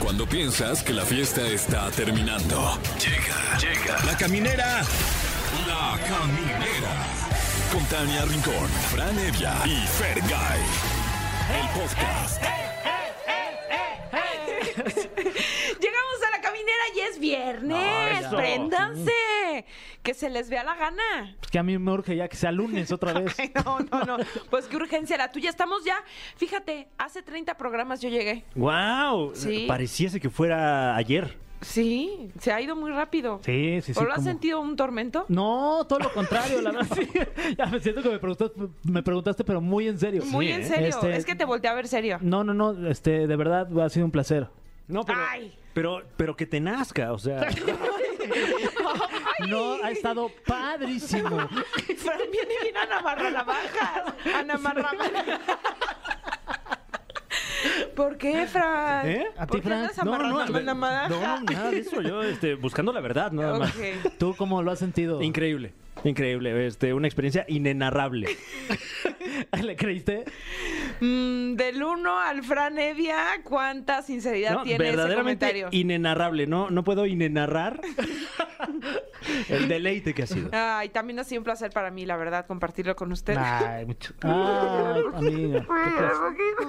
Cuando piensas que la fiesta está terminando. Llega, llega. La caminera. La caminera. Con Tania Rincón, Fran Evia y Fer El podcast. Llegamos a la caminera y es viernes. Eso. Préndanse. Que se les vea la gana. Pues que a mí me urge ya que sea lunes otra vez. Ay, no, no, no. Pues qué urgencia la tuya. Estamos ya. Fíjate, hace 30 programas yo llegué. ¡Wow! Sí. Pareciese que fuera ayer. Sí, se ha ido muy rápido. Sí, sí, sí. ¿O lo has como- sentido un tormento? No, todo lo contrario, la verdad. sí. Ya me siento que me preguntaste, me preguntaste, pero muy en serio. Muy sí, en ¿eh? serio. Este- Es que te volteé a ver serio. No, no, no. Este, de verdad, ha sido un placer. No, pero, Ay. pero, pero que te nazca, o sea. No, ha estado padrísimo. Fran viene bien a Navarra ¿Por qué, Fran? ¿Eh? ¿A ti, ¿Por qué Fran? andas No, amarrando no, a ver, amarramadas? no, no, nada de eso. Yo, este, buscando la verdad, nada más. Ok. ¿Tú cómo lo has sentido? Increíble, increíble. Este, una experiencia inenarrable. ¿Le creíste? Mm, del 1 al Fran Evia, ¿cuánta sinceridad No, tiene ese verdaderamente comentario? inenarrable. No, no puedo inenarrar el deleite que ha sido. Ay, también ha sido un placer para mí, la verdad, compartirlo con usted. Ay, mucho. Ay, amiga. ¿qué crees?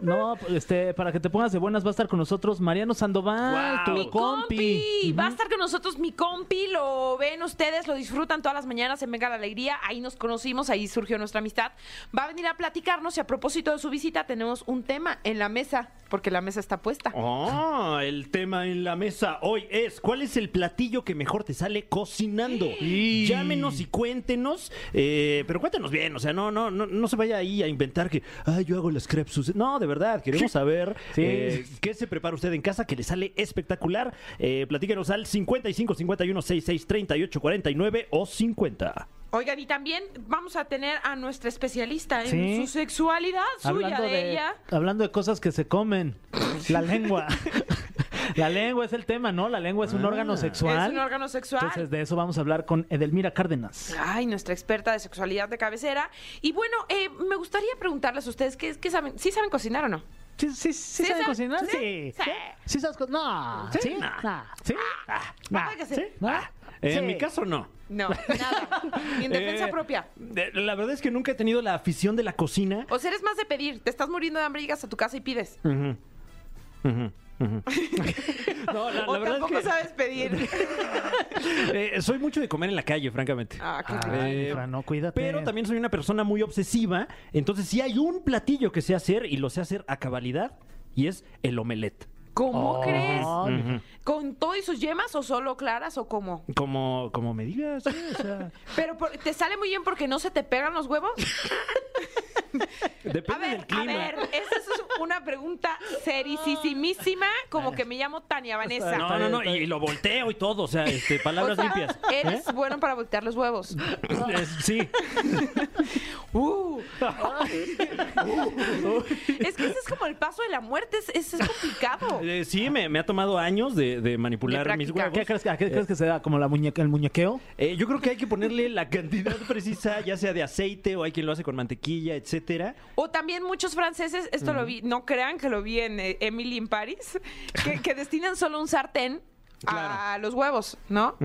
No, este, para que te pongas de buenas va a estar con nosotros Mariano Sandoval, Guau. tu Mi compi, Ujú. va a estar con nosotros mi compi, lo ven ustedes, lo disfrutan todas las mañanas en Venga la Alegría, ahí nos conocimos, ahí surgió nuestra amistad. Va a venir a platicarnos y a propósito de su visita tenemos un tema en la mesa, porque la mesa está puesta. Oh, el tema en la mesa hoy es ¿cuál es el platillo que mejor te sale cocinando? Y- Llámenos y cuéntenos, eh, pero cuéntenos bien, o sea, no, no, no, no se vaya ahí a inventar que, ah, yo hago las crepes. suce-". No, de verdad, queremos saber Sí. eh, qué se prepara usted en casa que le sale espectacular. Eh, platíquenos al 55 51 66 38 49 o 50. Oigan, y también vamos a tener a nuestra especialista en Sí. su sexualidad, suya, hablando de, de, ella. hablando de cosas que se comen, la lengua. la lengua es el tema, ¿no? La lengua Ah. es un órgano sexual. Es un órgano sexual. Entonces de eso vamos a hablar con Edelmira Cárdenas. Ay, nuestra experta de sexualidad de cabecera. Y bueno, eh, me gustaría preguntarles a ustedes, ¿qué, qué saben? ¿Sí saben cocinar o no? ¿Sí, sí, sí, ¿Sí sabes sabe- cocinar? sí? Sí. ¿Sí sabes cocinar? No. ¿Sí? Ah. ¿Sí? ¿Sí? Ah, ¿Verdad que sí? ¿No? Ah, Sí. En mi caso, no. No, nada. En defensa Eh, propia. de- La verdad es que nunca he tenido la afición de la cocina. O sea, eres más de pedir. Te estás muriendo de hambre, llegas a tu casa y pides. Ujú. Ujú. Ujú. No, la, o la verdad es tampoco que sabes pedir. eh, soy mucho de comer en la calle, francamente. Ah, qué rico. Ay, Eh, Fran, no, cuídate. Pero también soy una persona muy obsesiva, entonces sí hay un platillo que sé hacer y lo sé hacer a cabalidad y es el omelette. ¿Cómo Oh. crees? Ujú. ¿Con todo y sus yemas o solo claras o cómo? Como, como me digas, sí, o sea, Pero por- te sale muy bien porque no se te pegan los huevos. depende A ver, del a clima. ver, esa es una pregunta sericisísimísima, como que me llamo Tania Vanessa. No, no, no, y, y lo volteo y todo, o sea, este, palabras O sea, limpias. Eres bueno para voltear los huevos. Es- sí, Uh. es que ese es como el paso de la muerte, es- es, es complicado. eh, sí, me, me ha tomado años de, de manipular De mis practicar. huevos. ¿Qué crees, que- ¿A qué crees que se da? ¿Como la muñeca, el muñequeo? Eh, yo creo que hay que ponerle la cantidad precisa, ya sea de aceite o hay quien lo hace con mantequilla, etcétera. O también muchos franceses, esto lo vi, no crean que lo vi en eh, Emily in Paris, que, que destinan solo un sartén a Claro. los huevos, ¿no?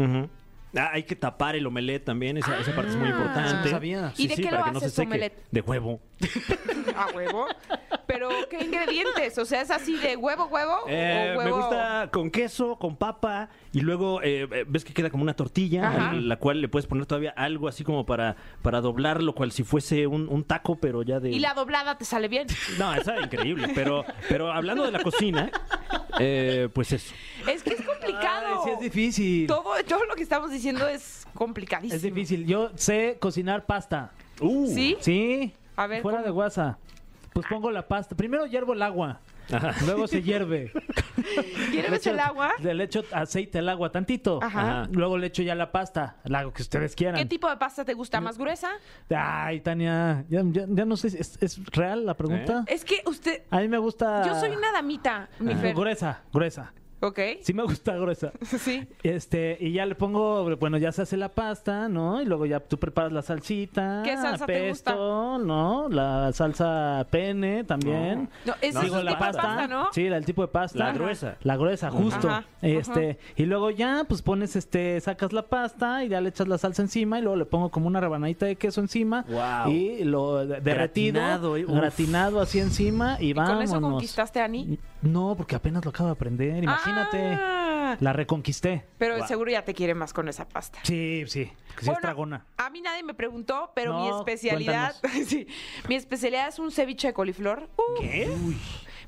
Ah, hay que tapar el omelet también, esa, esa parte es muy importante. no sabía. ¿Y de qué para lo que no se haces tu seque. omelette? De huevo. A huevo. Pero, ¿qué ingredientes? O sea, ¿es así de huevo, huevo Eh, o me huevo? gusta con queso, con papa y luego eh, eh, ves que queda como una tortilla, Ajá. en la cual le puedes poner todavía algo así como para, para doblarlo, cual si fuese un, un taco, pero ya de... Y la doblada te sale bien. No, esa es increíble, pero, pero hablando de la cocina, eh, pues eso. Es que es complicado. Ay, sí, es difícil. Todo, todo lo que estamos diciendo es complicadísimo. Es difícil. Yo sé cocinar pasta. Uh. ¿Sí? Sí. A ver, Fuera ¿cómo? de guasa. Pues pongo la pasta. Primero hiervo el agua. Luego se hierve. Le ¿Quieres echo- el agua? Le le echo aceite al agua tantito. ¿Ah? Ajá. Ajá. Luego le echo ya la pasta. La hago que ustedes quieran. ¿Qué tipo de pasta te gusta? ¿Más gruesa? Ay, Tania. Ya, ya- ya no sé si es, es real la pregunta. ¿Eh? Es que usted. A mí me gusta. Yo soy una damita, mi Ah. Ajá. Fer. Gruesa, gruesa. ¿Ok? Sí me gusta gruesa. Sí. Este, y ya le pongo, bueno, ya se hace la pasta, ¿no? Y luego ya tú preparas la salsita. ¿Qué salsa te gusta? pesto, ¿no? La salsa pene también. No, es No, es digo, un la tipo de pasta, ¿no? Sí, la- el tipo de pasta. La gruesa. La gruesa, justo. Ajá, Este, y luego ya, pues pones, este, sacas la pasta y ya le echas la salsa encima y luego le pongo como una rebanadita de queso encima. Guau. Y lo de- derretido, Gratinado, gratinado, eh, uf. así encima y ¿Y vámonos. ¿Con eso conquistaste a Ani? No, porque apenas lo acabo de aprender, imagínate. Ah, La reconquisté. pero Guau. seguro ya te quiere más con esa pasta. Sí, sí, que sí Bueno, es dragona. A mí nadie me preguntó, pero mi No, especialidad, sí, mi especialidad es un ceviche de coliflor. Uh, ¿Qué?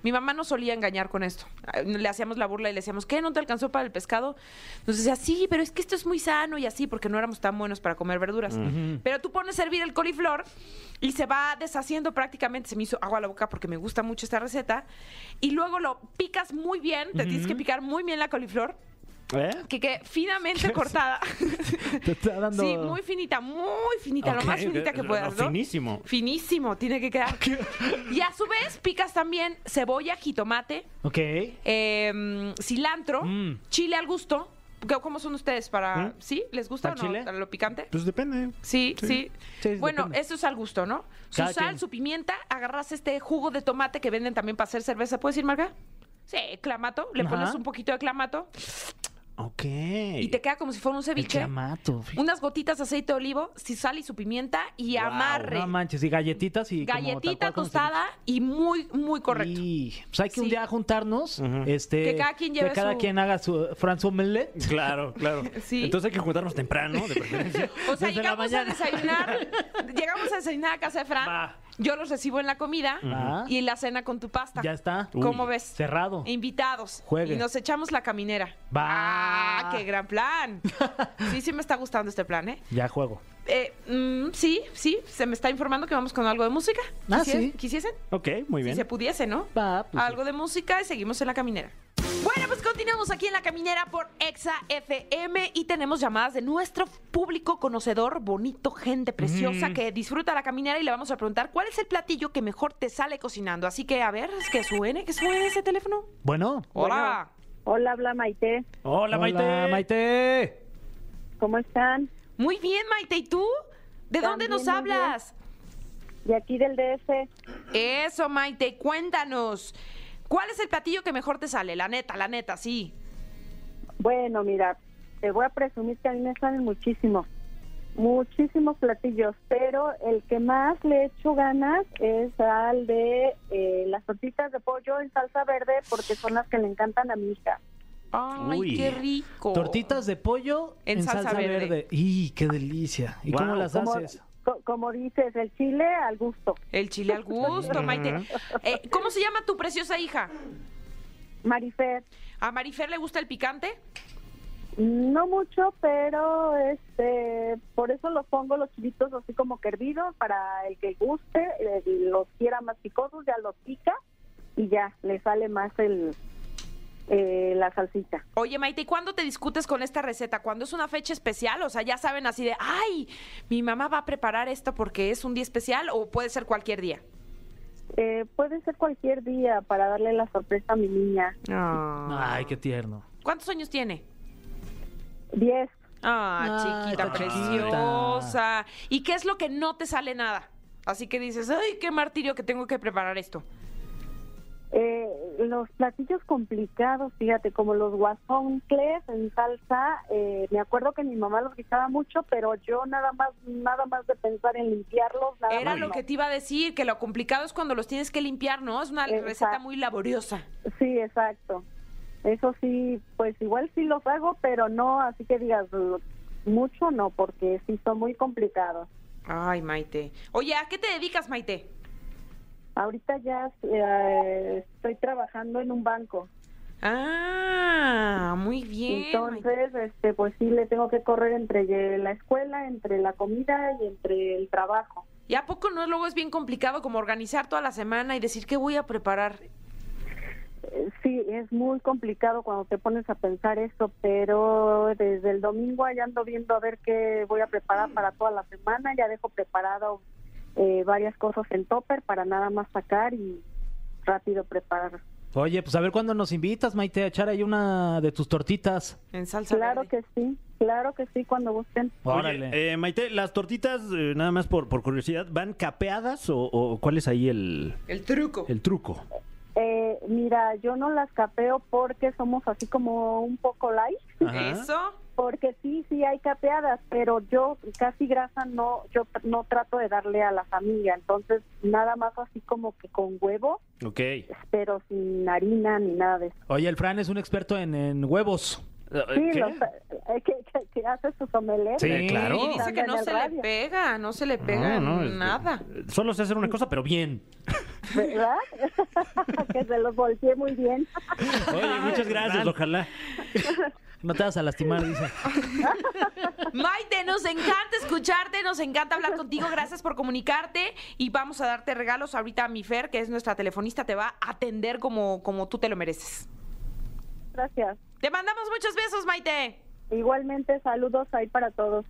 Mi mamá nos solía engañar con esto. Ah, Le hacíamos la burla y le decíamos, ¿qué? ¿No te alcanzó para el pescado? Nos decía, sí, pero es que esto es muy sano y así, porque no éramos tan buenos para comer verduras. Pero tú pones a hervir el coliflor y se va deshaciendo prácticamente. Se me hizo agua a la boca porque me gusta mucho esta receta. Y luego lo picas muy bien, te tienes que picar muy bien la coliflor, ¿Eh? que quede finamente cortada. Te está dando. Sí, muy finita, muy finita, Ok, lo más finita ok, que no, puedas, ¿no? finísimo. Finísimo, tiene que quedar. Y a su vez picas también cebolla, jitomate, Ok. eh, cilantro, Mm. chile al gusto. ¿Qué- ¿Cómo son ustedes para...? ¿Mm? ¿Sí? ¿Les gusta o no ¿Para chile? lo picante? Pues depende. Sí, sí. Sí, bueno, depende. eso es al gusto, ¿no? Su Cada sal, quien. su pimienta, agarras este jugo de tomate que venden también para hacer cerveza. ¿Puedes ir, Marga? Sí, clamato. Le Ajá. pones un poquito de clamato Ok. y te queda como si fuera un El ceviche. clamato. fíjate. Unas gotitas de aceite de olivo, si sal y su pimienta y Guau, amarre. No manches, y galletitas y. como tal Galletita cual con tostada y muy, muy correcto. Y, pues hay que un Sí. día juntarnos, Ujú. este, Que cada quien lleve que cada su- quien haga su France omelette. Claro, claro. Sí. Entonces hay que juntarnos temprano, de preferencia. O sea, Desde la llegamos a mañana. desayunar, llegamos a desayunar a casa de Fran, Va. yo los recibo en la comida Va. y en la cena con tu pasta. Ah, Ya está. ¿Cómo Uy, ves? Cerrado. Invitados. Juegue. Y nos echamos la caminera. Va. ¡Ah, qué gran plan! Sí, sí me está gustando este plan, ¿eh? Ya juego. Eh, mm, sí, sí, se me está informando que vamos con algo de música. Ah, Quisier- sí. ¿Quisiesen? Ok, muy Si bien. se pudiese, ¿no? Va, pues, Algo de música y seguimos en la caminera. Bueno, pues continuamos aquí en la caminera por Exa FM y tenemos llamadas de nuestro público conocedor, bonito, gente preciosa que disfruta la caminera y le vamos a preguntar cuál es el platillo que mejor te sale cocinando. Así que a ver, es que suene, que suene ese teléfono. Bueno. Hola. Hola, habla Maite. Hola, Maite. Maite. ¿Cómo están? Muy bien, Maite, ¿y tú? ¿De dónde También nos muy bien. hablas? De aquí del DF, Eso, Maite, cuéntanos. ¿Cuál es el platillo que mejor te sale? La neta, la neta, sí. bueno, mira, te voy a presumir que a mí me salen muchísimos, muchísimos platillos, pero el que más le echo ganas es al de eh, las tortitas de pollo en salsa verde, porque son las que le encantan a mi hija. Ay, Uy. qué rico. Tortitas de pollo Oh. En en, salsa salsa, verde. verde. ¡Y qué delicia! ¿Y Guau, cómo las Como, haces? co- como dices, el chile al gusto. El chile al gusto, Maite. Eh, ¿Cómo se llama tu preciosa hija? Marifer, ¿A Marifer le gusta el picante? no mucho, pero este, por eso los pongo los chilitos así como que hervidos para el que guste, eh, los quiera más picosos, ya los pica y ya le sale más el eh, la salsita. Oye, Maite, ¿y cuándo te discutes con esta receta? ¿Cuándo es una fecha especial? O sea, ya saben así de, ay, mi mamá va a preparar esto porque es un día especial o puede ser cualquier día. Eh, puede ser cualquier día para darle la sorpresa a mi niña. Ah. Ay, qué tierno. ¿Cuántos años tiene? Diez. Ah, Ah, chiquita, está preciosa. ¿Y qué es lo que no te sale nada? Así que dices, ay, qué martirio que tengo que preparar esto. Eh, los platillos complicados, fíjate, como los guasoncles en salsa, eh, me acuerdo que mi mamá los guisaba mucho, pero yo nada más, nada más de pensar en limpiarlos, nada Era más lo no. que te iba a decir, que lo complicado es cuando los tienes que limpiar, ¿no? Es una Exacto. receta muy laboriosa. Sí, exacto. Eso sí, pues igual sí los hago, pero no, así que digas lo- mucho no, porque sí son muy complicados. Ay, Maite. Oye, ¿a qué te dedicas, Maite? Ahorita ya eh, estoy trabajando en un banco, Ah, muy bien. Maite. entonces, este, pues sí le tengo que correr entre la escuela, entre la comida y entre el trabajo. ¿Y a poco no luego es bien complicado como organizar toda la semana y decir qué voy a preparar? Eh, Sí, es muy complicado cuando te pones a pensar eso, pero desde el domingo allá ando viendo a ver qué voy a preparar para toda la semana. Ya dejo preparado eh, varias cosas en topper para nada más sacar y rápido preparar Oye, pues a ver cuándo nos invitas, Maite, a echar ahí una de tus tortitas. En salsa Claro verde. que sí, claro que sí, cuando gusten. Órale. Oye, eh, Maite, las tortitas, eh, nada más por, por curiosidad, ¿van capeadas o, o cuál es ahí el, El truco. el truco? Eh, mira, yo no las capeo porque somos así como un poco light, Ajá. Eso. porque sí, sí hay capeadas, pero yo casi grasa no, yo no trato de darle a la familia, entonces nada más así como que con huevo, Ok. Eh, pero sin harina ni nada de eso. Oye, el Fran es un experto en, en huevos. Sí, ¿Qué? los- eh, que, que- que hace sus omelettes. Sí. Eh, claro. Y dice que Andan no en el se le radio. pega, no se le pega No, no, es- eh, nada. Solo sé hacer una cosa, pero bien. ¿Verdad? que se los volteé muy bien. Oye, muchas gracias, ojalá. No te vas a lastimar, dice. Maite, nos encanta escucharte, nos encanta hablar contigo. Gracias por comunicarte y vamos a darte regalos ahorita a mi Fer, que es nuestra telefonista, te va a atender como, como tú te lo mereces. Gracias. Te mandamos muchos besos, Maite. Igualmente, saludos ahí para todos.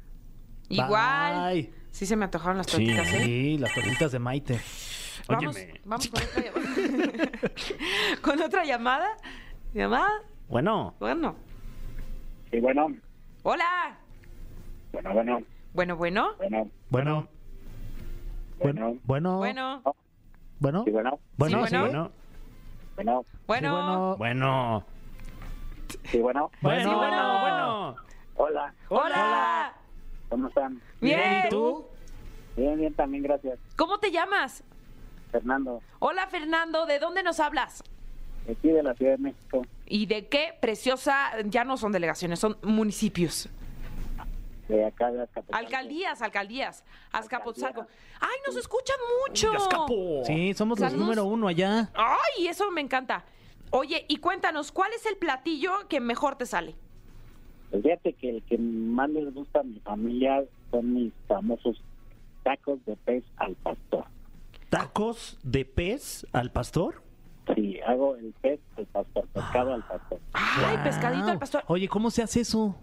Igual. Bye. Sí se me antojaron las Sí. tortitas, ¿eh? Sí, las tortitas de Maite. Vamos, Óyeme. vamos con otra llamada. con otra llamada. ¿Llamada? Bueno, Bueno. Sí, bueno, Hola. bueno, bueno, Bueno, bueno. bueno, Bueno, bueno, bueno, bueno, Bueno. bueno, bueno, sí, bueno, Sí, bueno, bueno. bueno, bueno, Bueno. sí, bueno, bueno. sí, bueno. Bueno. Sí, bueno, bueno. Hola, Hola. ¿cómo están? Bien. ¿Y tú? Bien, bien, también, gracias. ¿Cómo te llamas? Fernando, Hola, Fernando. ¿De dónde nos hablas? de aquí de la Ciudad de México. ¿Y de qué preciosa? Ya no son delegaciones, son municipios. De acá de Azcapotzalco. Alcaldías, alcaldías. Azcapotzalco. Alcaldía. ¡Ay, nos escuchan mucho! Sí, somos los Saludos. número uno allá. ¡Ay, eso me encanta! Oye, y cuéntanos, ¿cuál es el platillo que mejor te sale? Pues fíjate que el que más les gusta a mi familia son mis famosos tacos de pez al pastor. ¿Tacos de pez al pastor? Sí, hago el pez al pastor, pescado al pastor. ¡Ay, pescadito al Wow. pastor! Oye, ¿cómo se hace eso?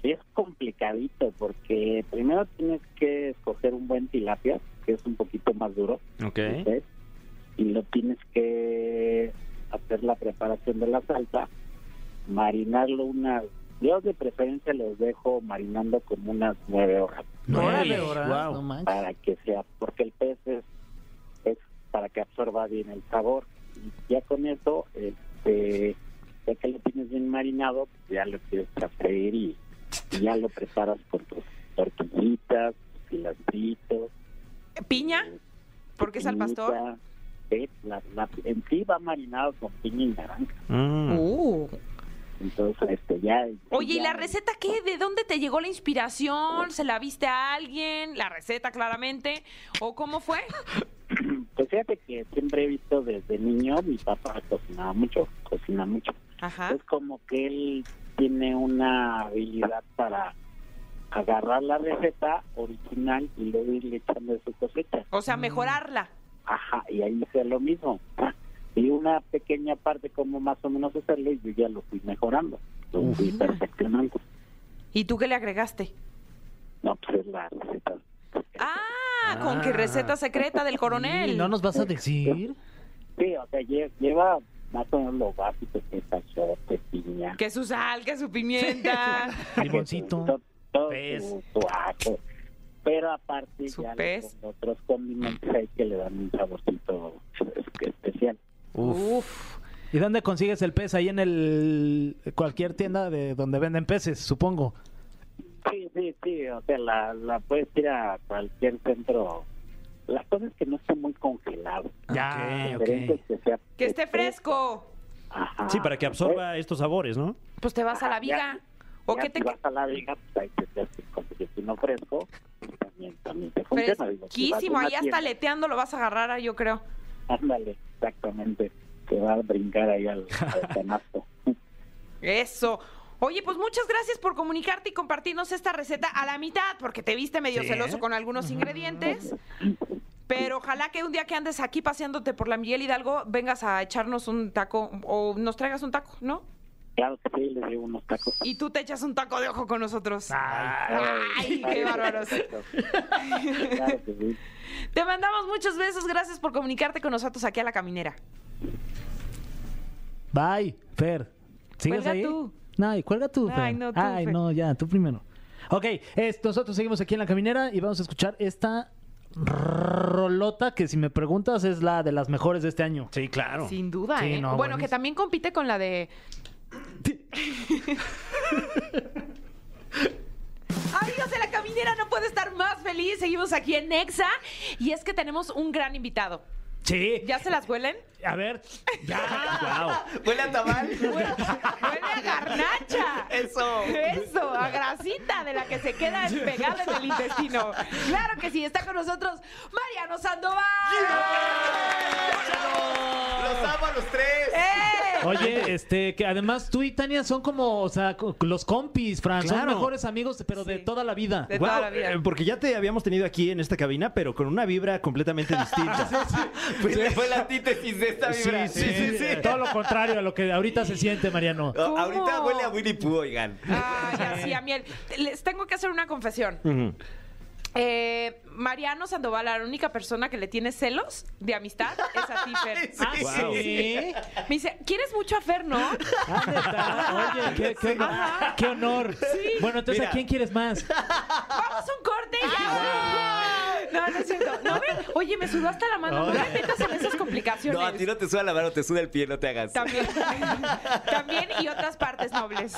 Sí, es complicadito porque primero tienes que escoger un buen tilapia, que es un poquito más duro. Ok. el pez, y lo tienes que hacer la preparación de la salsa, marinarlo unas, yo de preferencia los dejo marinando como unas nueve horas Nueve horas. Guau. No para que sea, porque el pez es, es para que absorba bien el sabor. Y ya con eso, este, ya que lo tienes bien marinado, pues ya lo quieres a freír y, y ya lo preparas con tus tortillitas, filastritos, ¿Piña? Porque es al pastor. Piñita, sí, la- la- en sí va marinado con piña y naranja. Mm. Uh. Entonces, este, ya. Oye, ¿y ya- la receta qué? ¿De dónde te llegó la inspiración? ¿Se la viste a alguien? ¿La receta claramente? ¿O cómo fue? Pues fíjate que siempre he visto desde niño, mi papá cocinaba mucho, cocina mucho. Ajá. Es como que él tiene una habilidad para agarrar la receta original y luego irle echando de su cosecha. O sea, mejorarla. Ajá, y ahí hice lo mismo. Y una pequeña parte como más o menos hacerlo y yo ya lo fui mejorando, lo fui perfeccionando. ¿Y tú qué le agregaste? No, pues es la receta. Ah, con que receta secreta del coronel. Sí, ¿No nos vas a decir? Sí, o sea, lle- lleva más o menos lo básico, que es cachote, piña. Que su sal, que su pimienta. Limoncito. Pues, to- Todo Pez. su, su ajo. Pero aparte Su ya pez. Mm. los otros condimentos hay que le dan un saborcito es- especial. Uf. ¿Y dónde consigues el pez? Ahí en el cualquier tienda de donde venden peces, supongo. Sí, sí, sí, o sea, la, la puedes ir a cualquier centro. La cosa es que no esté muy congelado. Ya, ok. Preferente Que, sea Ah, Que esté fresco. Ajá. Sí, para que absorba estos sabores, ¿no? Pues te vas a la viga. ¿O Ya qué te si vas a la viga, pues hay que ser campesino fresco. pues, También, también te funciona. digo, si vas a fresquísimo? una Ahí hasta tienda, leteando lo vas a agarrar, yo creo. Ándale, exactamente. Te va a brincar ahí al, al canasto. Eso. Oye, pues muchas gracias por comunicarte y compartirnos esta receta a la mitad, porque te viste medio Sí, celoso ¿eh? con algunos ingredientes. Pero ojalá que un día que andes aquí paseándote por la Miguel Hidalgo, vengas a echarnos un taco o nos traigas un taco, ¿no? Claro que sí, les llevo unos tacos. Y tú te echas un taco de ojo con nosotros. Ay, Ay, qué bárbaros. perfecto. Claro que sí. Te mandamos muchos besos. Gracias por comunicarte con nosotros aquí a la caminera. Bye, Fer. ¿Sigues Cuelga ahí? tú. No, y cuelga tú, Fer. Ay, no, tú, Ay, Fer. no, ya, tú primero. Ok, es- nosotros seguimos aquí en La Caminera y vamos a escuchar esta rolota que si me preguntas es la de las mejores de este año. Sí, claro. Sin duda, Sí, ¿eh? no, bueno, buenísimo. que también compite con la de. Amigos de la caminera, no puede estar más feliz. Seguimos aquí en Nexa y es que tenemos un gran invitado. Sí. ¿Ya se las huelen? A ver. Ya. Huele a tamal. Huele, huele a garnacha. Eso. Eso, a grasita de la que se queda pegada en el intestino. Claro que sí, está con nosotros Mariano Sandoval. Los amo a los tres. ¡Eh! Oye, este, que además tú y Tania son como, o sea, co- los compis, Fran. Son Claro. mejores amigos, pero de Sí. toda la vida. De Wow, toda la vida. eh, porque ya te habíamos tenido aquí en esta cabina, pero con una vibra completamente distinta. Pues, Fue- Fue la antítesis Este de esta Sí, vibra. sí, sí, sí. Todo lo contrario a lo que ahorita se siente, Mariano. A- Ahorita ¿Cómo? huele a Winnie Pooh, oigan. Ay, así a miel. Les tengo que hacer una confesión. Ujú. Eh, Mariano Sandoval, la única persona que le tiene celos de amistad es a ti, Fer. Sí. Ah, Wow. sí. Me dice, ¿quieres mucho a Fer, no? Ah, neta. Oye, qué, qué honor. Ajá. Qué honor. Bueno, entonces, ¿a Mira. quién quieres más? Vamos a un corte y ya. No, no es cierto. No, me- oye, me sudó hasta la mano. No me metas en esas complicaciones. No, a ti no te suda la mano, te suda el pie, no te hagas. También. También y otras partes nobles.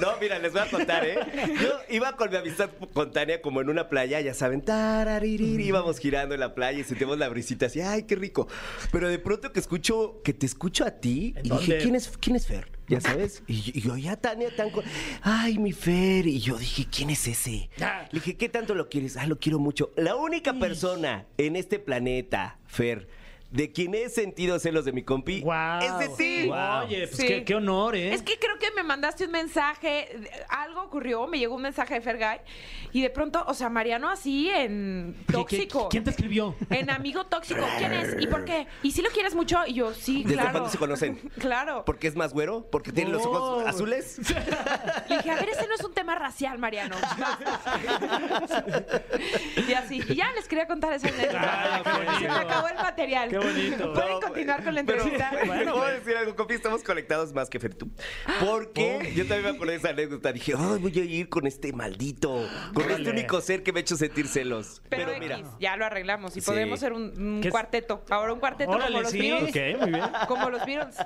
No, mira, les voy a contar, ¿eh? Yo iba con mi amistad con Tania como en una playa, ya saben, tararirir, íbamos girando en la playa y sentimos la brisita así, ay, qué rico. Pero de pronto que escucho, que te escucho a ti, y dije, ¿quién es, ¿quién es Fer? Ya sabes, y, y yo ya Tania tan... co- Ay, mi Fer, y yo dije, ¿quién es ese? Le dije, ¿qué tanto lo quieres? Ah, lo quiero mucho. La única persona en este planeta, Fer, de quien he sentido celos de mi compi, Guau. es de ti. Guau. Oye, pues Sí. qué, qué honor, ¿eh? Es que creo que me mandaste un mensaje, eh, algo ocurrió, me llegó un mensaje de Fergay y de pronto, o sea, Mariano así en Oye, ¿qué- tóxico. ¿Quién te escribió? En amigo tóxico, ¿quién es? ¿Y por qué? ¿Y si lo quieres mucho? Y yo, sí, ¿Desde claro. cuándo se conocen? Claro. ¿Porque es más güero? ¿Porque tiene los ojos No. azules? Le dije, a ver, ese no es un tema racial, Mariano. Basta. y así. Y ya les quería contar esa anécdota. Ay, qué bonito. Se me acabó el material. Qué bonito. Pueden No, continuar con la pero- entrevista. bueno, voy a decir algo, compi, estamos conectados más que Fer tú. Ah. Porque Oh. yo también me acordé de esa anécdota. Dije, ay, voy a ir con este maldito, con este único ser que me ha hecho sentir celos. Pero, Pero, mira, X, ya lo arreglamos y Sí. podemos ser un, un ¿Qué es? cuarteto. Ahora un cuarteto como Órale, los sí. Beatles. Ok, muy bien. Como los Beatles.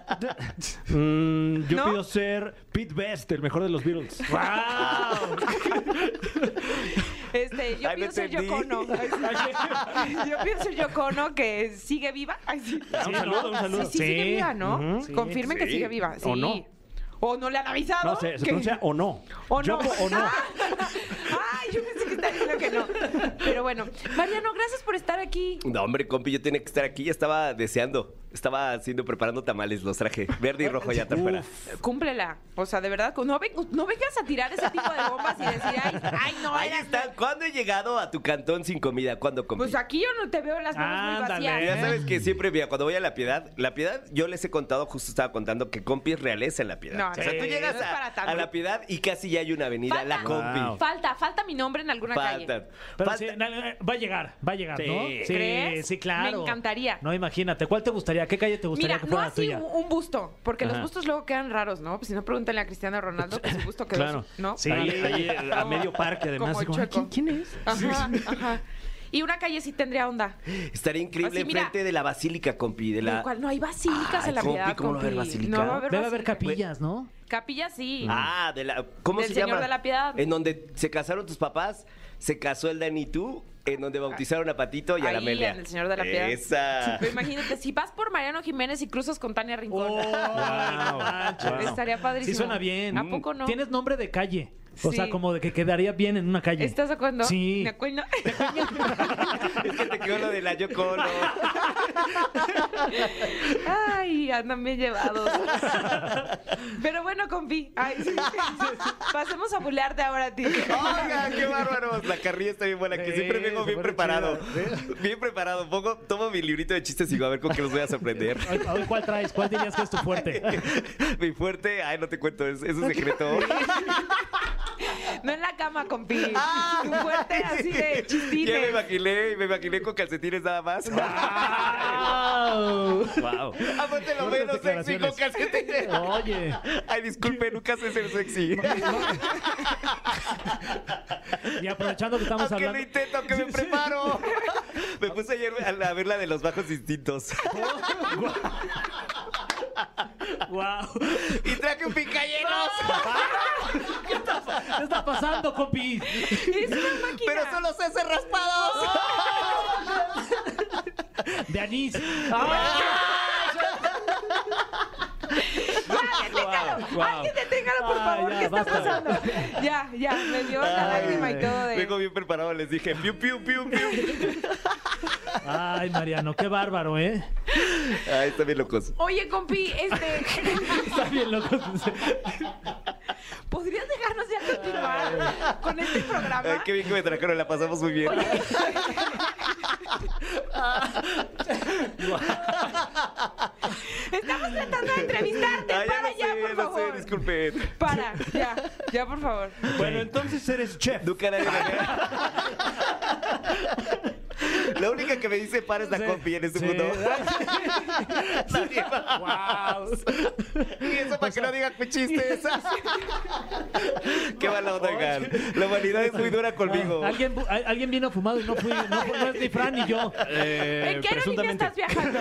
Mm, yo ¿No? pido ser Pete Best, el mejor de los Beatles. Este, yo Ay, no pienso ser entendí. Yoko Ono. Ay, sí. Yo pienso ser Yoko Ono, que sigue viva. Ay, sí. un saludo, un saludo. Sí, sí, sigue Sí. viva, ¿no? Ujú. Sí. Confirmen que Sí. sigue viva. Sí. ¿O no? O no le han avisado. No sé, se que- pronuncia o no. O no. Yoko o no. Ah, Ay, yo pensé que está diciendo que no. Pero bueno, Mariano, gracias por estar aquí. no, hombre, compi, yo tenía que estar aquí. Ya estaba deseando, estaba haciendo, preparando tamales, los traje. Verde y rojo ya está afuera. Cúmplela. O sea, de verdad, no, ven- no vengas a tirar ese tipo de bombas y decir, ay, ay no, Ahí eras- está. ¿Cuándo he llegado a tu cantón sin comida? ¿Cuándo, compi? Pues aquí yo no te veo las manos Ándale. muy Y Ya vacías. sabes que siempre, mira, cuando voy a La Piedad, La Piedad, yo les he contado, justo estaba contando que compi es realeza en La Piedad. No, o sea, no, tú no llegas es para a, tanto. a La Piedad y casi ya hay una avenida, Falta. La Compi. Wow. Falta, falta mi nombre en alguna calle. Faltan. Pero Falta- sí, na- na- va a llegar, va a llegar, Sí. ¿no? Sí, ¿Crees? sí, claro. Me encantaría. No, imagínate. ¿Cuál te gustaría? ¿Qué calle te gustaría Mira, que no fuera la así tuya? un un busto, porque los Ajá. bustos luego quedan raros, ¿no? Pues si no, pregúntenle a Cristiano Ronaldo que su busto quedó, Claro. ¿no? Sí, ahí, ahí, a medio parque, además. Como así como, chueco. ¿quién, quién es? Ajá, ajá. Y una calle sí tendría onda. Estaría increíble Así, Pues mira. enfrente de la basílica, compi. De La... la... no hay basílicas Ay, en la compi, piedad, ¿cómo no va a haber compi. basílica? No va a haber, Debe haber basílica. capillas, ¿no? Capilla sí. Ah, de la. ¿Cómo Del se Señor llama? de la Piedad. En donde se casaron tus papás, se casó el Dani y tú, en donde bautizaron a Patito y a la Ahí, Amelia. en el Señor de la Piedad. Esa. Pero imagínate, si vas por Mariano Jiménez y cruzas con Tania Rincón. no manches. wow. Estaría padrísimo. Oh, Sí suena bien. ¿A poco no? Tienes nombre de calle. O Sí. sea, como de que quedaría bien en una calle. ¿Estás de acuerdo? Sí. ¿De acuerdo? es que te quedó lo de la Yocolo. Ay, andan bien llevados. Pero bueno, compi. Ay, sí. Pasemos a bulearte ahora a ti. Oiga, qué bárbaros. La carrilla está bien buena. Aquí Sí, siempre vengo se bien pone preparado. Bien preparado. Pongo, tomo mi librito de chistes y digo, a ver con qué los voy a sorprender. Hoy- hoy, ¿Cuál traes? ¿Cuál dirías que es tu fuerte? Mi fuerte, ay, no te cuento, es, es un secreto. No en la cama, compi. Un fuerte así de Ah. Ya me chistines. imaginé, me imaginé con calcetines nada más. Ah. ¡Au! Wow. Aparte lo menos sexy con calcetines. Oye, Ay, disculpe, nunca sé ser sexy. y aprovechando que estamos Aunque lo hablando. intento, aunque me preparo. Me puse ayer a, a ver la de los bajos distintos. ¡Wow! Y traje un picayeros. ¿Qué está pasando, compi? Es una máquina. Pero solo sé hacer raspados. De anís. Ah, Deténgalo. Wow, wow. Alguien deténgalo, por Ah, favor. ya, ¿Qué está basta. pasando? Ya, ya. Me dio la lágrima y todo. De... Vengo bien preparado, les dije, piu, piu, piu, piu. Ay, Mariano, qué bárbaro, ¿eh? Ay, está bien locos. Oye, compi, este, Está bien loco. ¿podrías dejarnos ya continuar con este programa? Ay, qué bien que me trajeron, la pasamos muy bien. Oye, Estamos tratando de entrevistarte. Ay, Para Ah, no ya, sé, por no favor. Sé, disculpen. Para, ya, ya, por favor. Bueno, entonces eres chef. Nunca nadie me- La única que me dice para es la compi en este mundo. Nadie más. ¡Wow! Y eso para que no digan que chistes. Qué mala onda, oigan. La humanidad es muy Ah, dura conmigo. Ah, ¿Alguien, bu- al- alguien vino fumado y no fui. No, fu- no es ni Fran ni yo. Eh, ¿En qué aerolínea presuntamente. estás viajando?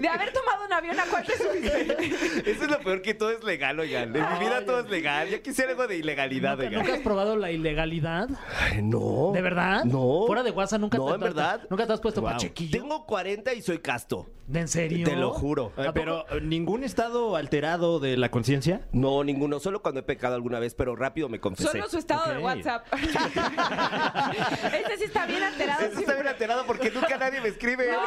De haber tomado un avión, ¿a cuál te subiste? Eso es lo peor que todo es legal, oigan. En mi vida todo es legal. Yo quisiera algo de ilegalidad, ¿Nunca, oigan. nunca has probado la ilegalidad? Ay, no. ¿De verdad? No. Fuera de WhatsApp nunca No, te en verdad. Nunca te has puesto Wow. pachequillo. Tengo 40 y soy casto. ¿En serio? Te lo juro. Eh, Pero eh, ningún estado alterado de la conciencia. No, ninguno. Solo cuando he pecado alguna vez, pero rápido me confesé. Solo su estado de Ok. WhatsApp. Este sí está bien alterado. Eso está bien alterado porque nunca nadie me escribe. No,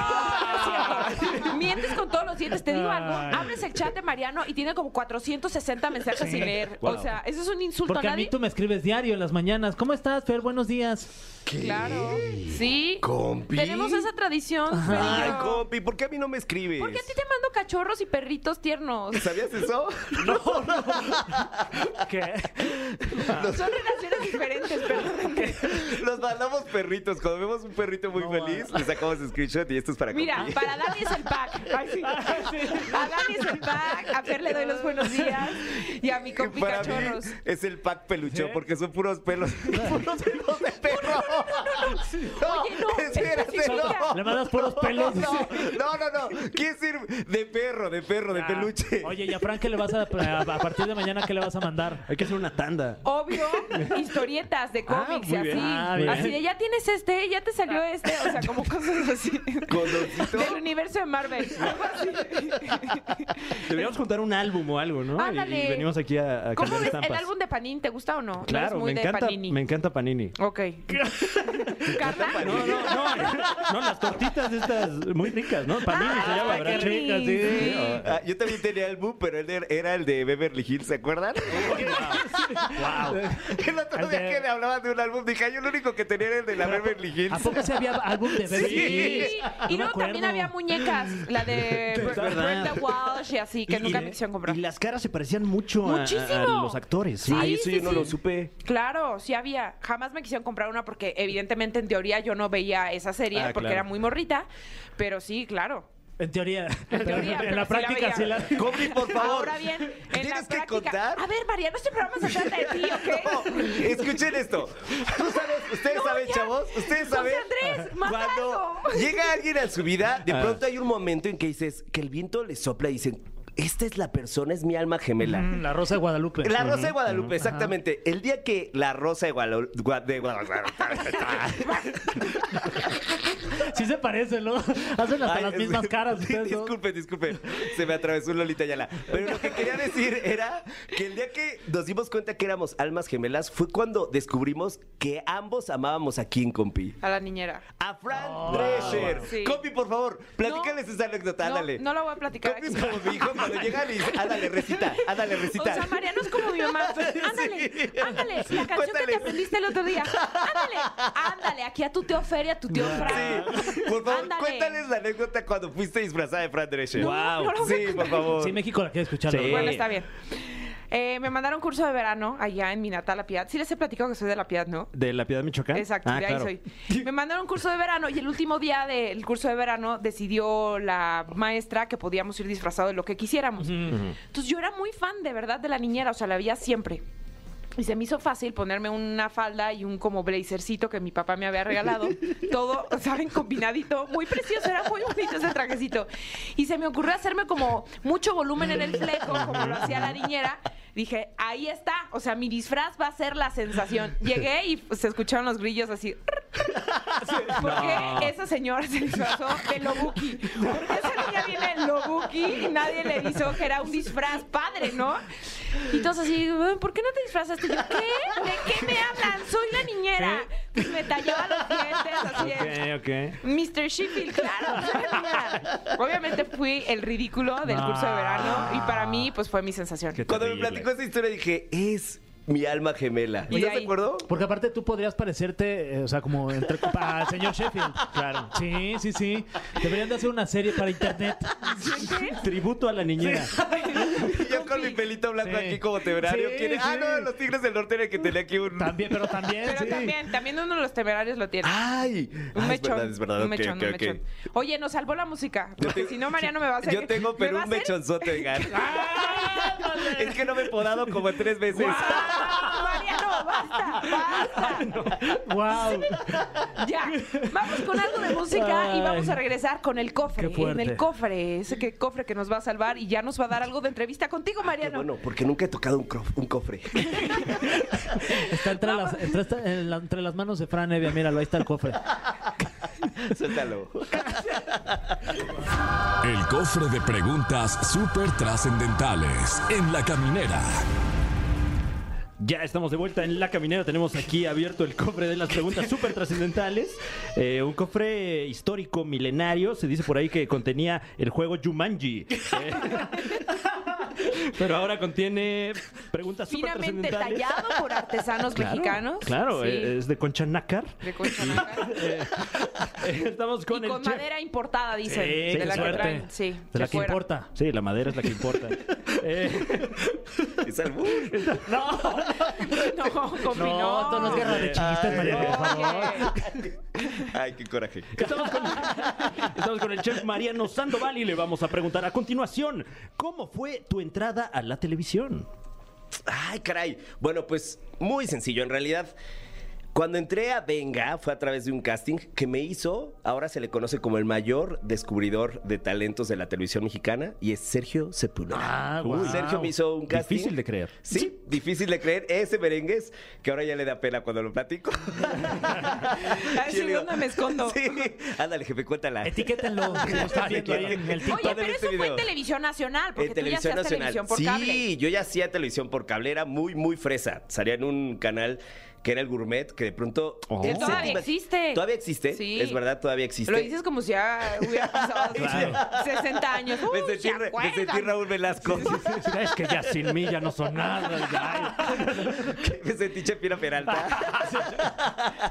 Mientes con todos los dientes. Te digo algo. Ay. Abres el chat de Mariano y tiene como 460 mensajes sin leer. Wow. O sea, eso es un insulto Porque a a mí nadie. tú me escribes diario en las mañanas. ¿Cómo estás, Fer? Buenos días. Claro. Sí. Compi. Tenemos esa tradición. te Ay, digo. compi, ¿por qué a mí no me escribes? Porque a ti te mando cachorros y perritos tiernos. ¿Sabías eso? ¿Qué? Son relaciones diferentes, perdóname. Los mandamos perritos. Cuando vemos un perrito muy feliz, le sacamos screenshot y esto es para Mira, compi. para Dani es el pack. Ay, sí. Ah, A Dani es el pack, a Fer le doy los buenos días y a mi compi Para mí cachorros. es el pack peluchón ¿Eh? porque son puros pelos, puros pelos de perro. No, Oye, no, espérate, especifica. no. Le mandas puros pelos. No, no, no, no. Quiere decir de perro, de perro, de Ah, peluche. Oye, ¿y a Fran qué le vas a, a, a partir de mañana qué le vas a mandar? Hay que hacer una tanda. Obvio, historietas de cómics y muy así. bien. Ah. Ah, bien. así de ya tienes este, ya te salió este. O sea, como cosas así. Condoncito. Del universo de Marvel. Algo así. Deberíamos juntar un álbum o algo, ¿no? Y, Ándale. y venimos aquí a, a ¿Cómo ves cambiar el estampas. álbum de Panini? ¿Te gusta o no? No eres Claro, muy me de encanta, Panini. me encanta Panini. Ok. ¿Carla? No, no, no, no, las tortitas estas muy ricas, ¿no? Panini se llama, Ah, Ay, ¿verdad? qué rico, sí. Sí. Ah, yo también tenía el boom, pero él era- era el de Beverly Hills, ¿se acuerdan? El otro El día de- que me hablaban de un álbum, dije, "Ay, yo lo único que tenía era el de la Beverly ¿A Hills. poco se había álbum de Beverly Hills? Sí, No y me luego también acuerdo. había muñecas, la de Bre- verdad. Brenda Walsh y así, que Y- nunca y- me quisieron comprar. Y las caras se parecían mucho a, a- Muchísimo. a los actores. Sí, Ay, eso sí, yo no sí. lo supe. Claro, sí había. Jamás me quisieron comprar una porque evidentemente en teoría yo no veía esa serie Ah, porque claro. era muy morrita, pero sí, claro. En teoría. En, teoría, pero sí la la práctica veía. sí la. Compi, por favor. Ahora bien, en ¿Tienes la que práctica- contar? A ver, Mariano, este programa se trata de ti, ¿ok? No, escuchen esto. Tú sabes- ustedes No, saben, ya. chavos, ustedes José saben. Andrés, manda cuando algo. llega alguien a su vida, Ah. de pronto hay un momento en que dices que el viento le sopla y dicen, esta es la persona, es mi alma gemela. Mm, La Rosa de Guadalupe. La Rosa de Guadalupe, exactamente. El día que la Rosa de Guadalupe. Sí se parece, ¿no? Hacen hasta las mismas caras. ustedes dos. Disculpe, disculpe. Se me atravesó Lolita Yala. Pero lo que quería decir era que el día que nos dimos cuenta que éramos almas gemelas fue cuando descubrimos que ambos amábamos a quién, compi. A la niñera. A Fran Drescher. Oh, Sí. Compi, por favor, platícales esa anécdota, No, ándale. no la voy a platicar Compi es aquí. como mi hijo cuando llega y dice, ándale, recita, ándale, O recita. sea, Mariano es como mi mamá. Ándale, ándale, la canción que Cuéntales. te aprendiste el otro día. Ándale, ándale, aquí a tu tío Feria, a tu tío Fran. Sí, por favor, Ándale. cuéntales la anécdota cuando fuiste disfrazada de Fran Drescher. No, no la voy a sí, por favor. Sí, México la quiere escuchar. la Sí. verdad. Bueno, está bien. Eh, me mandaron curso de verano allá en mi natal La Piedad. Sí les he platicado que soy de La Piedad, ¿no? ¿De la Piedad Michoacán? Exacto, Ah, de ahí claro. soy. Me mandaron un curso de verano y el último día del curso de verano decidió la maestra que podíamos ir disfrazados de lo que quisiéramos. Entonces yo era muy fan de verdad de la niñera, o sea, la veía siempre. Y se me hizo fácil ponerme una falda y un como blazercito que mi papá me había regalado. Todo, ¿saben? Combinadito. Muy precioso, era muy bonito ese trajecito. Y se me ocurrió hacerme como mucho volumen en el fleco, como lo hacía la niñera. Dije, ahí está. O sea, mi disfraz va a ser la sensación. Llegué y pues, se escucharon los grillos así. Porque esa señora se disfrazó de Lobuki. Porque esa niña viene de Lobuki y nadie le hizo que era un disfraz padre, ¿no? Y entonces así, "Ay, ¿por qué no te disfrazaste? Y yo, ¿qué? ¿De qué me hablan? Soy la niñera. Entonces me tallaba los dientes así. de, ¿Eh? Ok, ok. Mr. Sheffield, claro. soy la niñera". Obviamente fui el ridículo del curso de verano y para mí pues fue mi sensación. Qué Cuando me terrible. platicó esa historia dije, es mi alma gemela. Y ¿Y ¿Estás ahí- de acuerdo? Porque aparte tú podrías parecerte, eh, o sea, como entre al señor Sheffield. Claro. Sí, sí, sí. Deberían de hacer una serie para internet. ¿Sientes? Tributo a la niñera. Y yo con Compi. mi pelito blanco Sí. aquí como temerario. Sí, ¿quién es? Ah, sí. no, los Tigres del Norte era el que tenía aquí un... También, pero también. Pero sí. también, también uno de los temerarios lo tiene. ¡Ay! Un Ah, mechón. Es verdad, es verdad. Un ok, mechón, ok, un ok. mechón. Oye, nos salvó la música. Yo Porque tengo- si no, Mariano me va a hacer. Yo tengo, pero me va un a hacer- mechonzote, oigan. Es que no me he podado como tres veces. ¡Ah! Mariano, basta, basta. Wow. Ya. Vamos con algo de música y vamos a Ay. regresar con el cofre. Qué fuerte. En el cofre, ese que cofre que nos va a salvar y ya nos va a dar algo de entrevista contigo, Ah, Qué Mariano. bueno, porque nunca he tocado un, crof- un cofre. Está entre las, entre, esta- en la- entre las manos de Fran Evia. Míralo, ahí está el cofre. Suéltalo. El cofre de preguntas súper trascendentales en la caminera. Ya estamos de vuelta en La Caminera. Tenemos aquí abierto el cofre de las preguntas súper trascendentales. Eh, un cofre histórico, milenario. Se dice por ahí que contenía el juego Jumanji. Eh, Pero ahora contiene preguntas súper Finamente trascendentales. tallado por artesanos Claro, mexicanos. Claro, Sí, eh, es de concha nácar. de Cuernavaca. Eh, estamos con y el con chef. madera importada, dicen. Sí, de qué la que suerte. traen. Sí, De la que fuera. importa. Sí, la madera es la que importa. Eh, Es albur. no, No, compi, No, esto eh, no es guerra de chistes, Mariana, por favor. Oye. Ay, qué coraje. Estamos con, estamos con el chef Mariano Sandoval y le vamos a preguntar a continuación, ¿cómo fue tu entrada a la televisión? Ay, caray. Bueno, pues muy sencillo en realidad. Cuando entré a Venga fue a través de un casting que me hizo, ahora se le conoce como el mayor descubridor de talentos de la televisión mexicana y es Sergio Sepúlveda. Ah, Uy, guau. Sergio me hizo un casting. Difícil de creer. Sí, difícil de creer. Ese merengues que ahora ya le da pena cuando lo platico. A ver Yo si digo, dónde me escondo. Sí, ándale, jefe, cuéntala. Etiquétenlo. si Ah, lo están viendo ahí en el TikTok. Oye, en pero este eso fue en video. televisión nacional, porque En tú ya hacías televisión por sí, cable. yo ya hacía televisión por cable, era muy, muy fresa. Salía en un canal que era el Gourmet, que de pronto. Oh. se Todavía te iba- existe. Todavía existe. Sí. Es verdad, todavía existe. Lo dices como si ya hubiera pasado Claro. 60 años. Uy, me, sentí, ¿se Ra- me acuerdan? sentí Raúl Velasco. Es que ya sin mí ya no son nada. me sentí Chepina Peralta.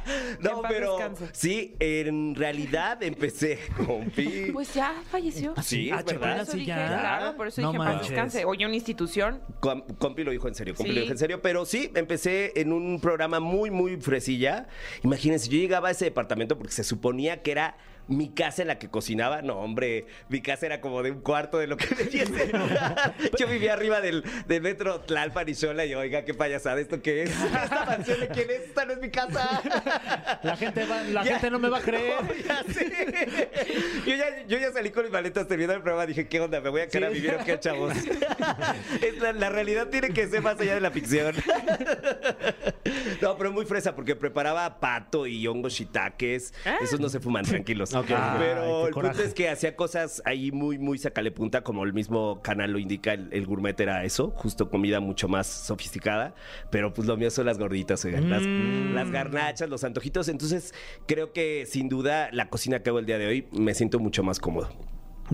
Que en no, paz pero. descanse. Sí, en realidad empecé con Pi. Pues ya falleció. Sí, Ah, Por es verdad. Chepina, eso sí, dije, ya. claro, por eso No dije, para manches. descanse. Oye, una institución. Com- Compi lo dijo en serio, Compi Sí. lo dijo en serio, pero sí, empecé en un programa muy, muy fresilla. Imagínense, yo llegaba a ese departamento porque se suponía que era mi casa en la que cocinaba. No, hombre, mi casa era como de un cuarto de lo que debía ser. Yo vivía arriba del, del metro Tlalpan y Xola y, oiga, qué payasada, ¿esto qué es? ¿Esta mansión de quién es? Esta no es mi casa. La gente, va- la Ya. gente no me va a creer. Ya sé. Yo ya, yo ya salí con mis maletas terminando el programa. Dije, ¿qué onda? ¿Me voy a quedar a vivir o qué, chavos? Es la, la realidad tiene que ser más allá de la ficción. No, pero muy fresa porque preparaba pato y hongos shiitakes. Ah. Esos no se fuman tranquilos. Ok. Ay, Pero qué el punto coraje. es que hacía cosas ahí muy, muy sacale punta, como el mismo canal lo indica. El, el gourmet era eso, justo comida mucho más sofisticada. Pero pues lo mío son las gorditas, oigan, las, Mm. las garnachas, los antojitos. Entonces creo que sin duda la cocina que hago el día de hoy me siento mucho más cómodo.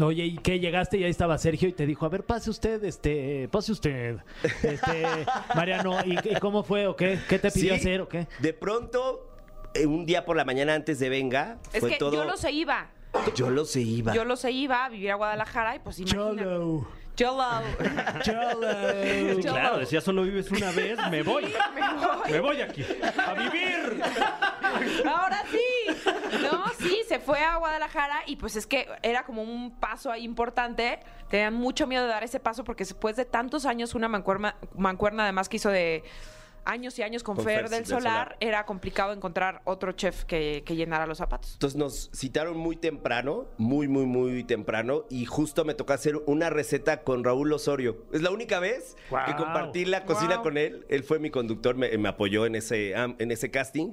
Oye, ¿y qué? Llegaste y ahí estaba Sergio y te dijo, a ver, pase usted, este, pase usted, este, Mariano, ¿y, y cómo fue o qué? ¿Qué te pidió Sí, hacer o qué? De pronto, eh, un día por la mañana antes de venga, Es fue que todo. yo lo se iba. Yo lo sé, iba. Yo lo se iba a vivir a Guadalajara y pues imagínate. Cholo. Cholo. Sí, Yo- claro, decía, solo vives una vez, me voy. Me voy aquí. A vivir. Ah, Ahora sí. No, sí, se fue a Guadalajara y pues es que era como un paso ahí importante. Tenían mucho miedo de dar ese paso porque después de tantos años una mancuerna, mancuerna además que hizo de años y años con, Con Fer, Fer del del Solar. Solar, era complicado encontrar otro chef que, que llenara los zapatos. Entonces nos citaron muy temprano, muy, muy, muy temprano, y justo me tocó hacer una receta con Raúl Osorio. Es la única vez que Guau. compartí la cocina Guau. con él. Él fue mi conductor, me, me apoyó en ese, am- en ese casting,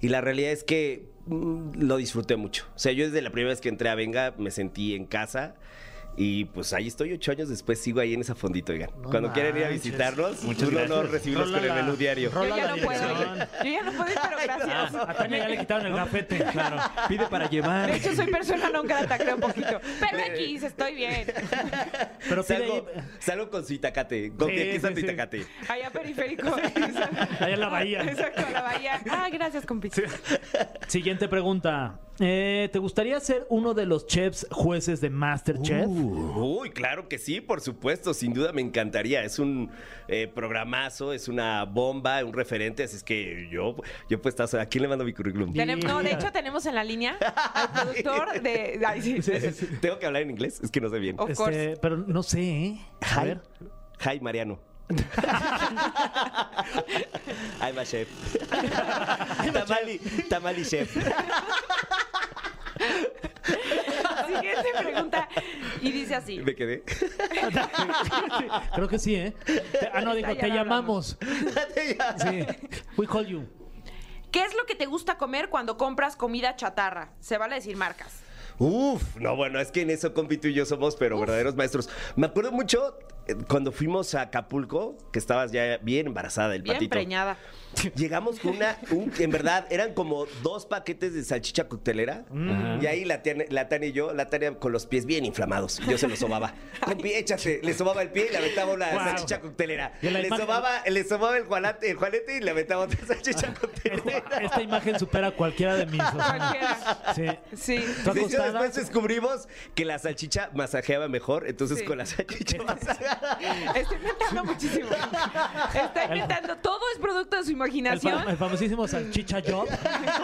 y la realidad es que mm, lo disfruté mucho. O sea, yo desde la primera vez que entré a Venga me sentí en casa. Y pues ahí estoy, ocho años después sigo ahí en esa fondita, oigan. No Cuando quieran ir a manches. visitarnos, un Muchas honor gracias. recibirlos con el Rólala. menú diario. Rola Yo ya la no puedo ir. dirección. Yo ya no puedo ir, pero gracias. A Tania ya le quitaron el gafete. Claro, pide para llevar. De hecho, soy persona no grata, creo un poquito. Pero X, estoy bien. Pero pide ahí, Salgo, salgo con su itacate, con Sí, mi- aquí está sí, tu sí. itacate. Allá periférico. Allá en la bahía. Exacto, en la bahía. Ah, gracias, compi. Siguiente pregunta. Eh, ¿Te gustaría ser uno de los chefs jueces de Masterchef? Uh. Uy, claro que sí, por supuesto, sin duda me encantaría. Es un eh, programazo, es una bomba, un referente, así es que yo, yo pues estás, ¿a quién le mando mi currículum? Tenem- no, de Mira. hecho tenemos en la línea al productor de... ay, sí, de- Tengo que hablar en inglés, es que no sé bien. of course. Este, pero no sé, ¿eh? A Hi, ver. hi Mariano. I'm a chef. Tamali, Tamali chef. Siguiente pregunta. Y dice así. Me quedé. Creo que sí, ¿eh? Te- Ah, no, digo, Ya te no hablamos. llamamos. Sí. We call you. ¿Qué es lo que te gusta comer cuando compras comida chatarra? Se vale decir marcas. Uf, no, bueno, es que en eso Compi tú y yo somos, pero verdaderos maestros. Me acuerdo mucho eh, cuando fuimos a Acapulco, que estabas ya bien embarazada del Bien patito. preñada. Llegamos con una, un- en verdad, eran como dos paquetes de salchicha coctelera. Mm. Y ahí la, Tiana- la Tania y yo, la Tania con los pies bien inflamados. Yo se los sobaba. Compi, échate. Le sobaba el pie y le aventaba una Guau. salchicha coctelera. Y en la Le imagen- sobaba, le sobaba el, juanate- el juanete y le aventaba otra salchicha Este coctelera. Esta imagen supera a cualquiera de mis. o sea, Cualquiera. sí. Sí. Tú De hecho, acostada. después descubrimos que la salchicha masajeaba mejor, entonces Sí. con la salchicha masajeaba. Está inventando muchísimo. Está inventando. Todo es producto de su El, imaginación. fam- el famosísimo salchicha job.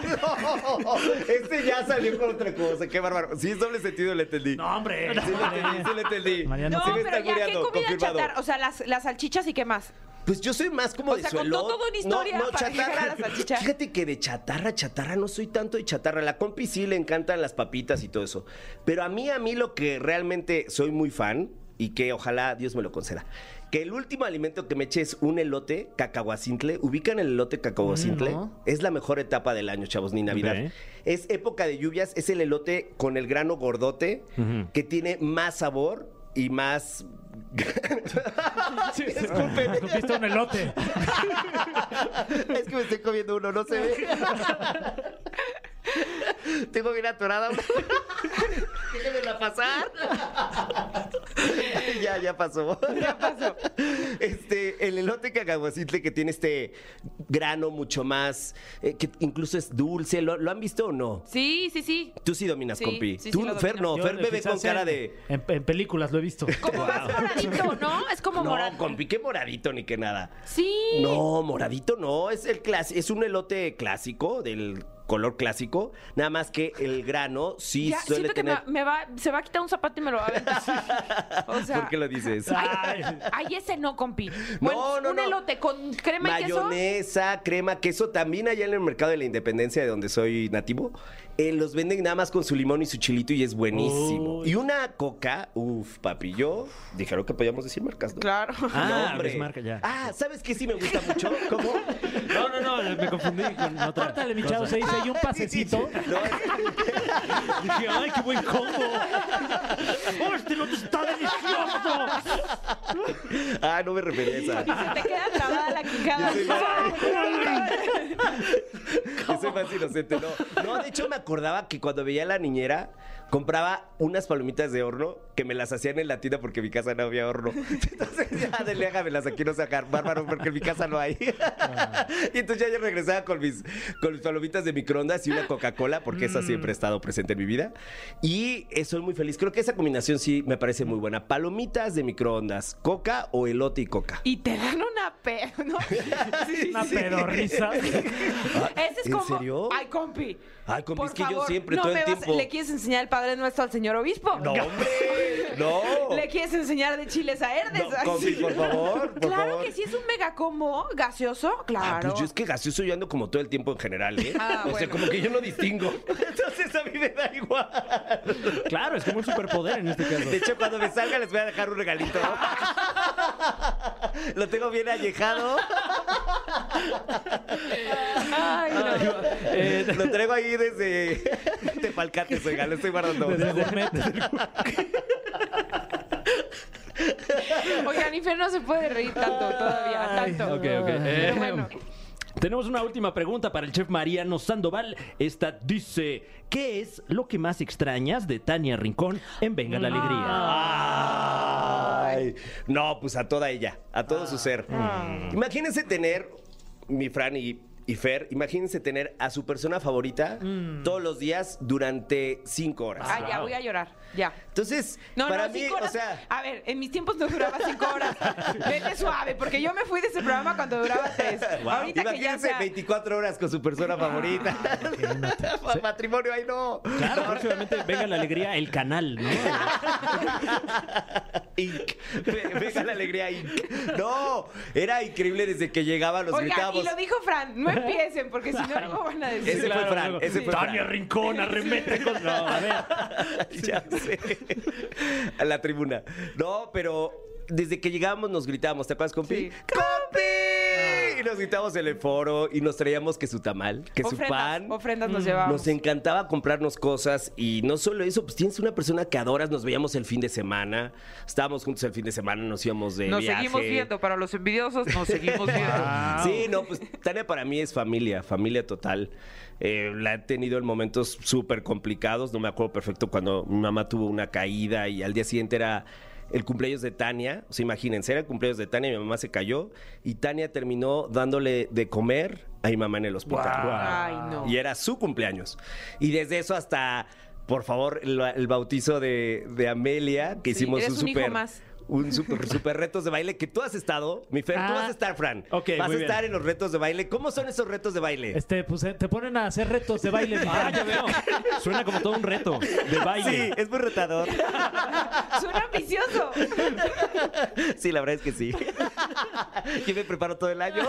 No, este ya salió con otra cosa, qué bárbaro. Sí, es doble sentido, le entendí. No, hombre. Sí, le entendí, sí, le entendí. Mariano, No, Sí me pero está ya, ¿qué albureando, comida confirmado. chatarra? O sea, las, las salchichas y qué más. Pues yo soy más como O de sea, su contó elote. toda una historia No, no, para llegar chatarra. a la salchicha. Fíjate que de chatarra, chatarra, no soy tanto de chatarra. La compi sí le encantan las papitas y todo eso. Pero a mí, a mí lo que realmente soy muy fan y que ojalá Dios me lo conceda. Que el último alimento que me eche es un elote cacahuacintle. ¿Ubican el elote cacahuacintle? Mm, no. Es la mejor etapa del año, chavos, ni Navidad. Ok. Es época de lluvias, es el elote con el grano gordote Ujú. que tiene más sabor y más... Disculpen. Escupiste un elote. Es que me estoy comiendo uno, no se ve. Tengo bien atorada. una. Déjenmela pasar. ya, ya pasó. Ya pasó. Este, el elote cacahuacitle que tiene este grano mucho más, eh, que incluso es dulce. ¿Lo, lo han visto o no? Sí, sí, sí. Tú sí dominas, Sí, compi. sí, sí, Tú, lo Fer, no. domino. Yo Fer de bebé con fijarse cara de... En, en películas lo he visto. Como más moradito, ¿no? Es como No, morado. compi, qué moradito ni qué nada. Sí. No, moradito no, es el clasi- es un elote clásico del color clásico, nada más que el grano sí Ya, suele siento que tener me, me va, se va a quitar un zapato y me lo va a aventar. O sea, ¿Por qué lo dices? Ay, ay, ese no, compi. Bueno, no, un no. elote con crema y queso. Mayonesa, crema, queso, también allá en el mercado de la Independencia de donde soy nativo, eh, los venden nada más con su limón y su chilito y es buenísimo. Uy. Y una coca, uff, papi, yo dijeron que podíamos decir marcas, ¿no? Claro. Ah, hombre. ves marca ya. Ah, ¿sabes qué sí me gusta mucho? ¿Cómo? No, no, no, me confundí con otra. Córtale, mi cosa. chavo, se dice, y un pasecito. No, es- Dije, ay, qué buen combo. ¡Oh, este lote está delicioso! ah, no me refería a esa. Y se te queda trabada la quijada. Yo soy Yo soy más inocente, no. No, de hecho me acordaba que cuando veía a la niñera, compraba unas palomitas de horno que me las hacían en la tienda porque en mi casa no había horno. Entonces ya de leja me las aquí no sacar, bárbaro, porque en mi casa no hay. Ah. y entonces ya yo regresaba con mis, con mis palomitas de microondas y una Coca-Cola, porque Mm. esa siempre ha estado presente en mi vida. Y eh, soy muy feliz. Creo que esa combinación sí me parece muy buena. Palomitas de microondas, coca o elote y coca. Y te dan una pe... ¿no? Sí, sí, Una sí. pedorrisa. Ah, Ese es ¿En como... serio? Ay, compi. Ay, compi, por es que yo favor, siempre, no todo el me vas- tiempo. ¿Le quieres enseñar el Padre Nuestro al señor obispo? No, hombre, no. ¿Le quieres enseñar de chiles a herdes? No, Ay, compi, sí. por favor, por claro favor. que sí, es un mega combo gaseoso, Ah, claro. pues yo es que gaseoso yo ando como todo el tiempo en general, ¿eh? Ah, o sea, bueno. como que yo no distingo. Entonces a mí me da igual. Claro, es como un superpoder en este caso. De hecho, cuando me salga les voy a dejar un regalito. Lo tengo bien allejado. Ay, no. Eh, Lo traigo ahí desde Tepalcates, oiga, lo estoy guardando. Oigan, Inferno se puede reír tanto todavía, tanto. Ok, ok. Eh, Pero bueno. Tenemos una última pregunta para el chef Mariano Sandoval. Esta dice: ¿Qué es lo que más extrañas de Tania Rincón en Venga la Alegría? Ah. Ay. No, pues a toda ella, a todo su ser. Mm. Imagínense tener, mi Fran y, y Fer, imagínense tener a su persona favorita todos los días durante cinco horas. Ah, ya, voy a llorar, ya. Entonces, No, para no, mí, cinco horas. o sea, A ver, en mis tiempos no duraba cinco horas. Vete suave, porque yo me fui de ese programa cuando duraba tres. wow, Ahorita que ya imagínense sea... 24 horas con su persona favorita. Matrimonio, ay no. Claro, próximamente Venga la Alegría, el canal, ¿no? Inc. Ve- Venga la alegría, Inc. No, era increíble desde que llegaba, los Oigan, y gritábamos. lo dijo Fran, no empiecen, porque si no, luego van a decir. Ese fue Fran, ese fue Fran. Tania Rincón, arremete con. No, a ver. ya sé. A la tribuna. No, pero desde que llegábamos nos gritábamos, ¿te acuerdas, compi? Sí. Ah. ¡Compi! Y nos gritábamos en el foro y nos traíamos que su tamal, que su ofrendas, pan. ofrendas Mm, nos llevamos. Nos encantaba comprarnos cosas y no solo eso, pues tienes una persona que adoras, nos veíamos el fin de semana, estábamos juntos el fin de semana, nos íbamos de Nos viaje. seguimos viendo, para los envidiosos nos seguimos viendo. Sí, no, pues Tania para mí es familia, familia total. Eh, la he tenido en momentos súper complicados, no me acuerdo perfecto cuando mi mamá tuvo una caída y al día siguiente era el cumpleaños de Tania, o sea, imagínense, era el cumpleaños de Tania, mi mamá se cayó y Tania terminó dándole de comer a mi mamá en el hospital. Ay, no. Y era su cumpleaños. Y desde eso hasta, por favor, el, el bautizo de, de Amelia, que Sí, hicimos eres un un hijo super... más. Un super, super retos de baile que tú has estado, mi Fer, tú Ah. vas a estar, Fran. Ok, vas muy a bien. estar en los retos de baile. ¿Cómo son esos retos de baile? Este, pues eh, te ponen a hacer retos de baile. Ah, ya veo. Suena como todo un reto de baile. Sí, es muy retador. Suena ambicioso. Sí, la verdad es que sí. Yo me preparo todo el año.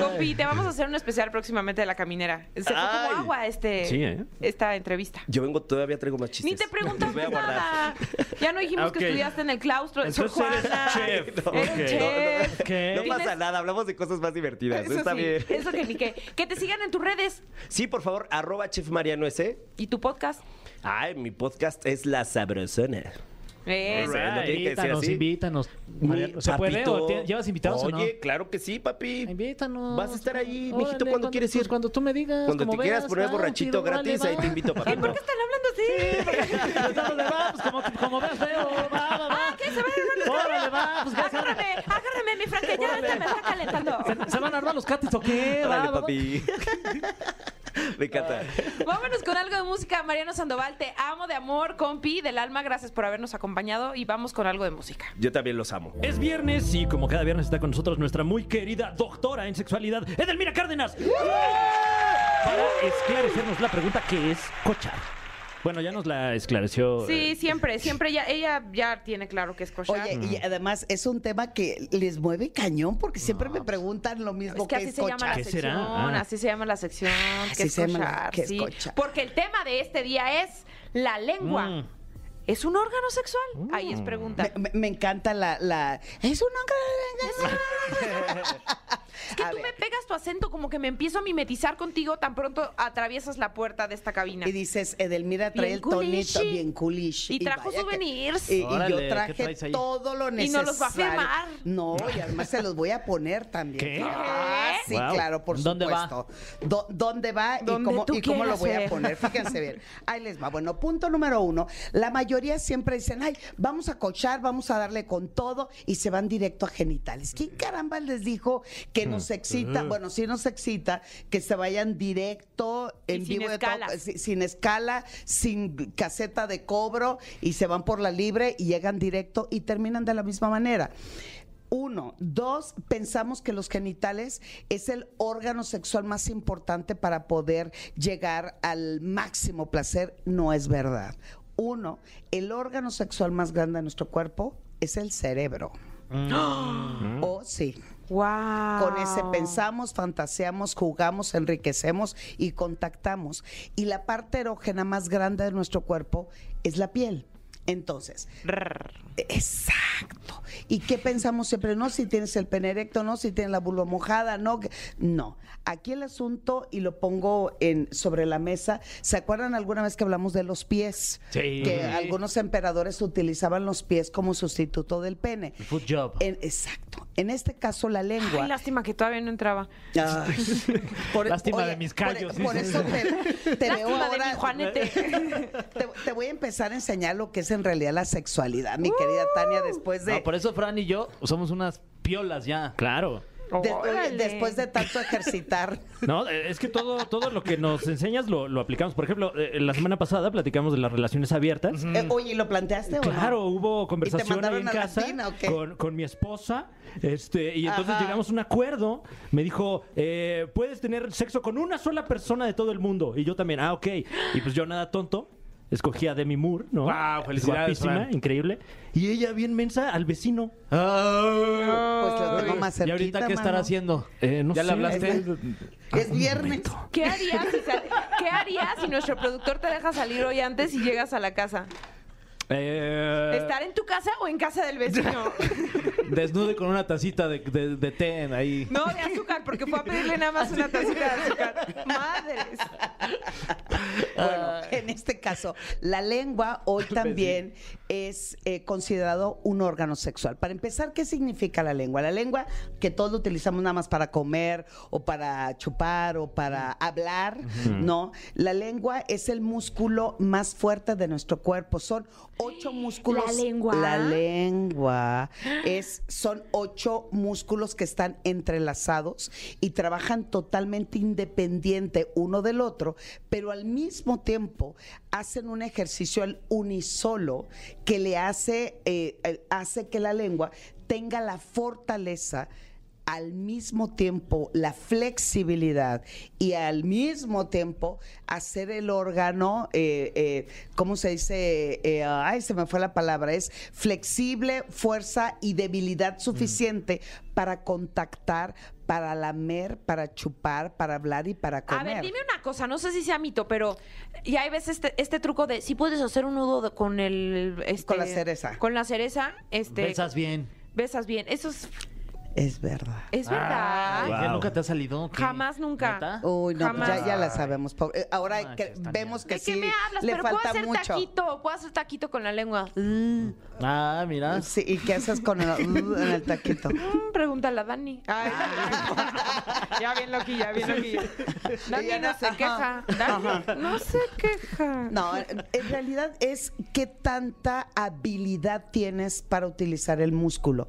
Compi, te vamos a hacer un especial próximamente de la caminera. Se fue Ay. como agua este, Sí, ¿eh? esta entrevista. Yo vengo, todavía traigo más chistes. Ni te Los voy a preguntamos guardar. nada. Ya no dijimos Ok. que estudiaste en el claustro de Sor Entonces eres Juana. chef. No, Eres Ok. chef. ¿Qué? No Tienes- pasa nada, hablamos de cosas más divertidas. Eso Está sí, bien. eso que ni qué. Que te sigan en tus redes Sí, por favor, arroba chef Mariano ese. y tu podcast. Ay, mi podcast es La Sabrosona. Eh, Eso, no tiene que decir Pues, Invítanos, así. invítanos. Mariano. ¿Se puede? Papito. ¿O tie- ¿Llevas invitados Oye, o no? claro que sí, papi. Invítanos. Vas a estar ahí, Órale, mijito, cuando quieres pues, ir. Cuando tú me digas. Cuando como te quieras veas, poner va, borrachito chido, órale, gratis, ahí va. te invito, papito. ¿Por qué están hablando así? Estamos de va, pues como, como veas, veo. Va, va, va. Ah, ¿qué? Se van a armar Órale, va, pues vas a... Agárrame, agárrame, mi Fran, que ya hasta me está calentando. ¿Se, se van a armar los catis o qué? Va, Órale, va, va. papi. Me encanta. Vámonos con algo de música. Mariano Sandoval, te amo de amor, compi, del alma. Gracias por habernos acompañado y vamos con algo de música. Yo también los amo. Es viernes y como cada viernes está con nosotros nuestra muy querida doctora en sexualidad, Edelmira Cárdenas. Para esclarecernos la pregunta que es cochar. Bueno, ya nos la esclareció. Sí, eh, siempre, siempre. Ella, ella ya tiene claro que es cochar. Mm. Oye, y además es un tema que les mueve cañón porque siempre me preguntan lo mismo Es que así se llama la cochar. Ah, ¿Qué será? sección, Ah. así se llama la sección, que así es se llama la- cochar, que es sí. cochar. Porque el tema de este día es la lengua. Mm. ¿Es un órgano sexual? Ahí es pregunta. Me, me- me encanta la, la- Es un hombre. es que a tú ver. me pegas tu acento, como que me empiezo a mimetizar contigo tan pronto atraviesas la puerta de esta cabina. Y dices, Edelmira trae Bien el tonito culichi. bien coolish. Y trajo souvenirs. Y, y Órale, ¿qué yo traje traes ahí? todo lo Y necesario. nos los va a firmar. No, y además se los voy a poner también. ¿Qué? Ah, Sí, Wow. claro, por ¿Dónde va? supuesto. Do- ¿Dónde va y Donde cómo, tú y cómo lo quieras, voy a Fer. poner? Fíjense bien. Ahí les va. Bueno, punto número uno. La mayoría siempre dicen, ay, vamos a cochar, vamos a darle con todo y se van directo a genitales. ¿Quién caramba les dijo que nos excita? Bueno, sí nos excita que se vayan directo Y en sin vivo de todo- escalas. si- sin escala, sin caseta de cobro y se van por la libre y llegan directo y terminan de la misma manera. Uno, dos, pensamos que los genitales es el órgano sexual más importante para poder llegar al máximo placer. No es verdad. Uno, el órgano sexual más grande de nuestro cuerpo es el cerebro. O sí. Wow. Con ese pensamos, fantaseamos, jugamos, enriquecemos y contactamos. Y la parte erógena más grande de nuestro cuerpo es la piel. Entonces, exacto. ¿Y qué pensamos siempre? No, si tienes el pene erecto, no, si tienes la vulva mojada, no. que- No. Aquí el asunto, y lo pongo en, sobre la mesa, ¿se acuerdan alguna vez que hablamos de los pies? Sí. Que algunos emperadores utilizaban los pies como sustituto del pene. Food job. En- exacto. En este caso, la lengua. Ay, lástima que todavía no entraba. Ay. Por- e- Lástima de mis callos, Por, por dices. eso te, te veo Lástima de ahora- mi Juanete. Te, te voy a empezar a enseñar lo que es en realidad la sexualidad, mi querida Tania, después de, No, por eso Fran y yo somos unas piolas ya. Claro. de- Órale. después de tanto ejercitar. No, eh, es que todo, todo lo que nos enseñas lo, lo aplicamos. Por ejemplo, eh, la semana pasada platicamos de las relaciones abiertas. Mm. Eh, oye, ¿y ¿lo planteaste o no? Claro, hubo conversación ahí mandaron en a la casa tina, ¿o qué? con, con mi esposa, este, y entonces Ajá. llegamos a un acuerdo. Me dijo, eh, puedes tener sexo con una sola persona de todo el mundo. Y yo también, ah, ok. Y pues yo nada tonto. Escogí a Demi Moore, ¿no? Guau, felicidades, Guapísima, Fran. increíble. Y ella bien mensa al vecino. Pues Ah. lo tengo más ¿Y cerquita, ahorita qué estará mano. haciendo? Eh, no ¿Ya le sé. hablaste? Es viernes. ¿Qué harías, si sal- ¿Qué harías si nuestro productor te deja salir hoy antes y llegas a la casa? Eh, ¿Estar en tu casa o en casa del vecino? Desnude con una tacita de, de- de té en ahí. No, de azúcar, porque fue a pedirle nada más una tacita de azúcar. Madres. Bueno, en este caso, la lengua hoy también es eh, considerado un órgano sexual. Para empezar, ¿qué significa la lengua? La lengua que todos lo utilizamos nada más para comer o para chupar o para hablar, ¿no? La lengua es el músculo más fuerte de nuestro cuerpo. Son ocho músculos. ¿La lengua? La lengua es, son ocho músculos que están entrelazados y trabajan totalmente independiente uno del otro, pero al mismo tiempo hacen un ejercicio al unisolo que le hace, eh, eh, hace que la lengua tenga la fortaleza al mismo tiempo la flexibilidad y al mismo tiempo hacer el órgano, eh, eh, ¿cómo se dice? Eh, ay, se me fue la palabra, es flexible, fuerza y debilidad suficiente para contactar, para lamer, para chupar, para hablar y para comer. A ver, dime una cosa, no sé si sea mito, pero ya hay veces este, este truco de si puedes hacer un nudo de- con el este, Con la cereza. Con la cereza, este Pensas bien. besas bien. Eso es, Es verdad. es Ah, verdad. ¿ya Wow. nunca te ha salido? ¿o qué? Jamás nunca. ¿Neta? Uy, no, pues Jamás. ya, ya la sabemos. pobre. Eh, Ahora No que- manches, Tania. vemos que ¿De sí qué me hablas? le pero puedo falta hacer mucho. taquito, puedo hacer taquito con la lengua. Ah, mira. Sí, ¿y qué haces con el, en el taquito? Mm, Pregúntale a Dani. Ay, ya bien loquilla, bien loquilla. Dani Ella no no- se ajá, queja. ajá. Dani no se queja. No, en realidad es qué tanta habilidad tienes para utilizar el músculo.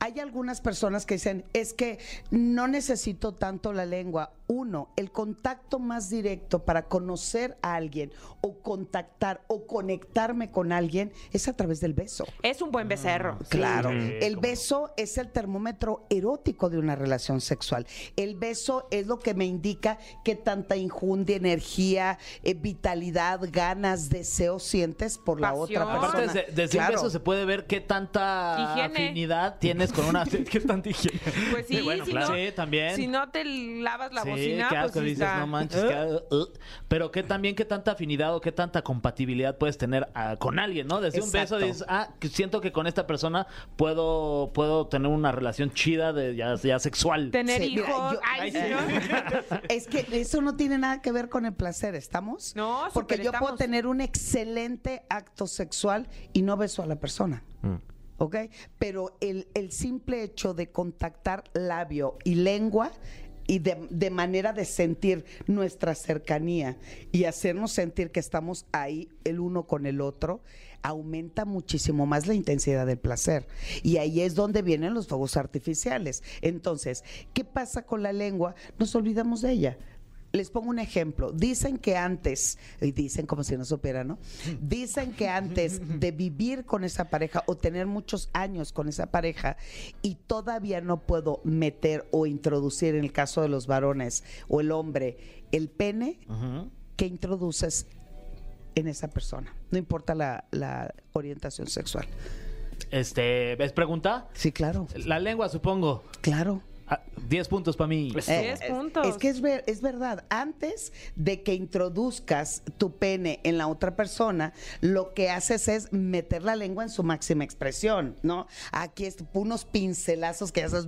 Hay algunas personas que dicen, es que no necesito tanto la lengua. Uno, el contacto más directo para conocer a alguien o contactar o conectarme con alguien es a través del beso. Es un buen becerro. sí. Claro, Sí, el cómo beso es el termómetro erótico de una relación sexual. El beso es lo que me indica que tanta injundia, energía, eh, vitalidad, ganas, deseo sientes por la Pasión. otra Aparte, persona. desde, desde Claro. el beso se puede ver qué tanta Higiene. afinidad tienes con una... ¿Qué tanta higiene? Pues sí, si no- Sí, también. Si no te lavas la sí, bocina, qué pues asco, sí dices, está. no manches. ¿Eh? qué a- uh". Pero qué también, qué tanta afinidad o qué tanta compatibilidad puedes tener ah, con alguien, ¿no? Desde Exacto. un beso dices, ah, que siento que con esta persona puedo, puedo tener una relación chida de ya, ya sexual. Tener Sí, Eh, mira, hijos. yo- Ay, sí, ¿no? Es que eso no tiene nada que ver con el placer, ¿estamos? No, Porque súper yo puedo estamos. tener un excelente acto sexual y no beso a la persona. ¿Ok? Pero el, el simple hecho de contactar labio y lengua y de, de manera de sentir nuestra cercanía y hacernos sentir que estamos ahí el uno con el otro, aumenta muchísimo más la intensidad del placer. Y ahí es donde vienen los fuegos artificiales. Entonces, ¿qué pasa con la lengua? Nos olvidamos de ella. Les pongo un ejemplo. Dicen que antes, y dicen como si no supiera, ¿no? Dicen que antes de vivir con esa pareja o tener muchos años con esa pareja y todavía no puedo meter o introducir, en el caso de los varones o el hombre, el pene, que introduces en esa persona? No importa la, la orientación sexual. Este, ¿ves pregunta? Sí, claro. La lengua, supongo. Claro. Ah, 10 puntos para mí. Eh. Diez puntos. Es que es, ver- es verdad, antes de que introduzcas tu pene en la otra persona, lo que haces es meter la lengua en su máxima expresión, ¿no? Aquí es unos pincelazos que haces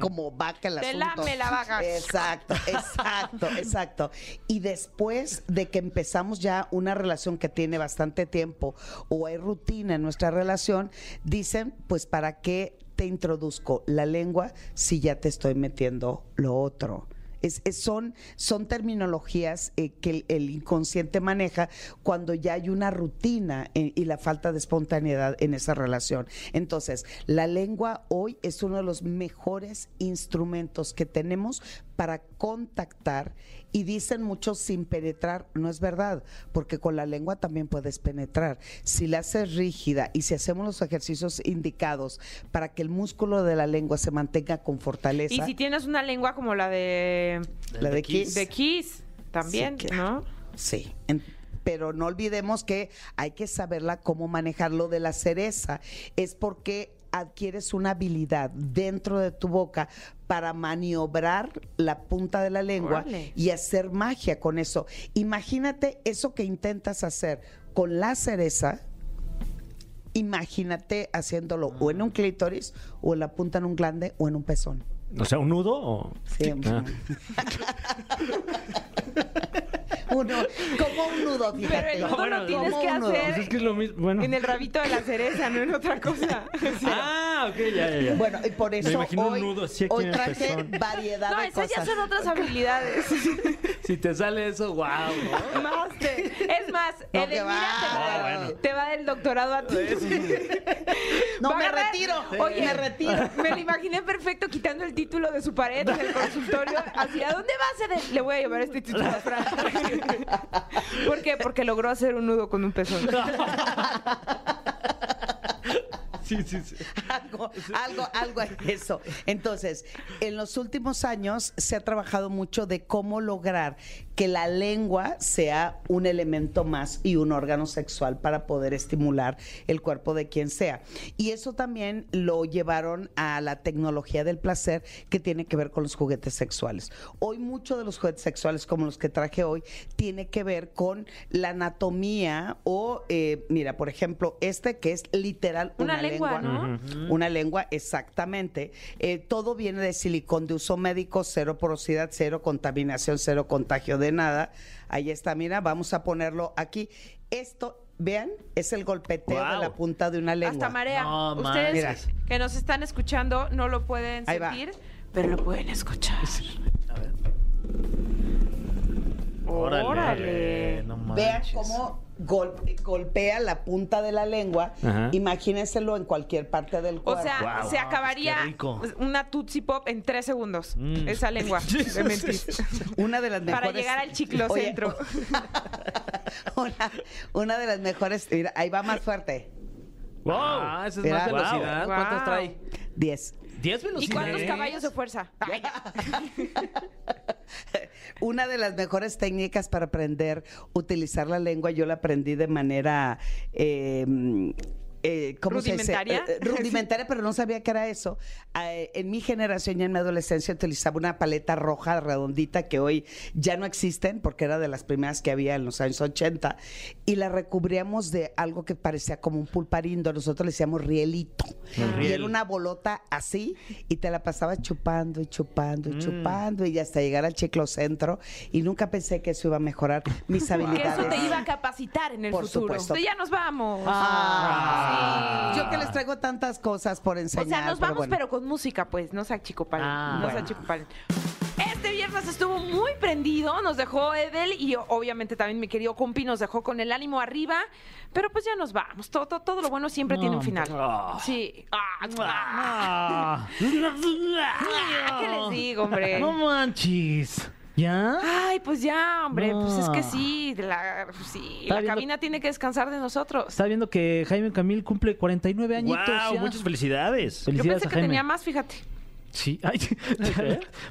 como vaca el Te asunto. lame la vaca. Exacto, exacto, exacto. Y después de que empezamos ya una relación que tiene bastante tiempo o hay rutina en nuestra relación, dicen, pues para qué te introduzco la lengua si ya te estoy metiendo lo otro. Es- es- son, son terminologías eh, que el, el inconsciente maneja cuando ya hay una rutina eh, y la falta de espontaneidad en esa relación. Entonces, la lengua hoy es uno de los mejores instrumentos que tenemos para contactar y dicen muchos sin penetrar, no es verdad, porque con la lengua también puedes penetrar. Si la haces rígida y si hacemos los ejercicios indicados para que el músculo de la lengua se mantenga con fortaleza. Y si tienes una lengua como la de, La de Kiss. de Kiss, también, Sí, claro. ¿no? Sí. en- pero no olvidemos que hay que saberla cómo manejar. Lo de la cereza es porque adquieres una habilidad dentro de tu boca para maniobrar la punta de la lengua Órale. y hacer magia con eso. Imagínate eso que intentas hacer con la cereza. Imagínate haciéndolo o en un clítoris o en la punta en un glande o en un pezón. O sea, un nudo o. Sí, Ah. Uno, como un nudo, Pero fíjate. Ah, el nudo Como lo tienes un que nudo. hacer Pues es que es lo mismo. Bueno. en el rabito de la cereza, no en otra cosa. Ah, ok, ya, ya, ya. Bueno, y por eso imagino un hoy, nudo así aquí hoy en el traje pezón. variedad no, de esas ya cosas. son otras habilidades. Si te sale eso, wow. Más te- es más, No, Edelmira que va. te, va, No, bueno. te va del doctorado a ti. No, Va a me agarrar- retiro. Oye, me retiro. Me lo imaginé perfecto quitando el título de su pared en el consultorio. Así, ¿a dónde vas, Edel? Le voy a llevar este título a Fran. ¿Por qué? Porque logró hacer un nudo con un pezón. Sí, sí, sí. algo, algo, algo en eso. Entonces, en los últimos años se ha trabajado mucho de cómo lograr que la lengua sea un elemento más y un órgano sexual para poder estimular el cuerpo de quien sea. Y eso también lo llevaron a la tecnología del placer que tiene que ver con los juguetes sexuales. Hoy muchos de los juguetes sexuales como los que traje hoy tiene que ver con la anatomía o, eh, mira, por ejemplo, este que es literal Una una, lengua, lengua, ¿no? una lengua, exactamente. Eh, todo viene de silicón de uso médico, cero porosidad, cero contaminación, cero contagio de nada. Ahí está, mira, vamos a ponerlo aquí. Esto, vean, es el golpeteo de Guau. la punta de una lengua. Hasta marea. No, man. Ustedes Mira. que nos están escuchando no lo pueden Ahí va. sentir, pero lo pueden escuchar. Órale. Órale. No manches. Vean cómo gol- golpea la punta de la lengua. Ajá. Imagínenselo en cualquier parte del O cuerpo. sea, Wow. se Ah, pues qué acabaría rico. una Tootsie Pop en tres segundos. Mm. Esa lengua de mentir. una de las mejores. Para llegar al Oye, chiclocentro. una, una de las mejores. Mira, ahí va más fuerte. Wow. Ah, esa es Era- más velocidad. Wow. ¿Cuántas Wow. trae? ¿eh? 10. 10 oh, ¿Y velocidades. cuántos caballos de fuerza? Ah, Ay, Una de las mejores técnicas para aprender utilizar la lengua, yo la aprendí de manera. eh, eh, ¿Cómo se dice? ¿Rudimentaria? Eh, eh, rudimentaria, pero no sabía que era eso. Eh, en mi generación y en mi adolescencia utilizaba una paleta roja redondita que hoy ya no existen porque era de las primeras que había en los años 80 y la recubríamos de algo que parecía como un pulparindo. Nosotros le decíamos rielito. Y riel. era una bolota así y te la pasabas chupando y Mm. chupando y chupando y hasta llegar al chiclocentro y nunca pensé que eso iba a mejorar mis que habilidades. eso te iba a capacitar en el Por futuro. supuesto. Sí, ya nos vamos. Ah, Sí. Yo que les traigo tantas cosas por O enseñar. sea, nos pero vamos, bueno. pero con música, pues. No se achicopalen. Ah, no se bueno. achicopalen. ¡Es viernes estuvo muy prendido, nos dejó Edel y obviamente también mi querido Compi nos dejó con el ánimo arriba, pero pues ya nos vamos. Todo, todo, todo lo bueno siempre tiene un final. Sí. Ah, ah, Ah. ¿Qué les digo, hombre? No manches. ¿Ya? Ay, pues ya, hombre, pues es que No. sí, la, sí, Está la viendo- cabina tiene que descansar de nosotros. Está viendo que Jaime Camil cumple 49 añitos. ¡Wow! ya. Muchas felicidades. Yo Felicidades pensé a que Jaime. tenía más, fíjate. Sí, ay,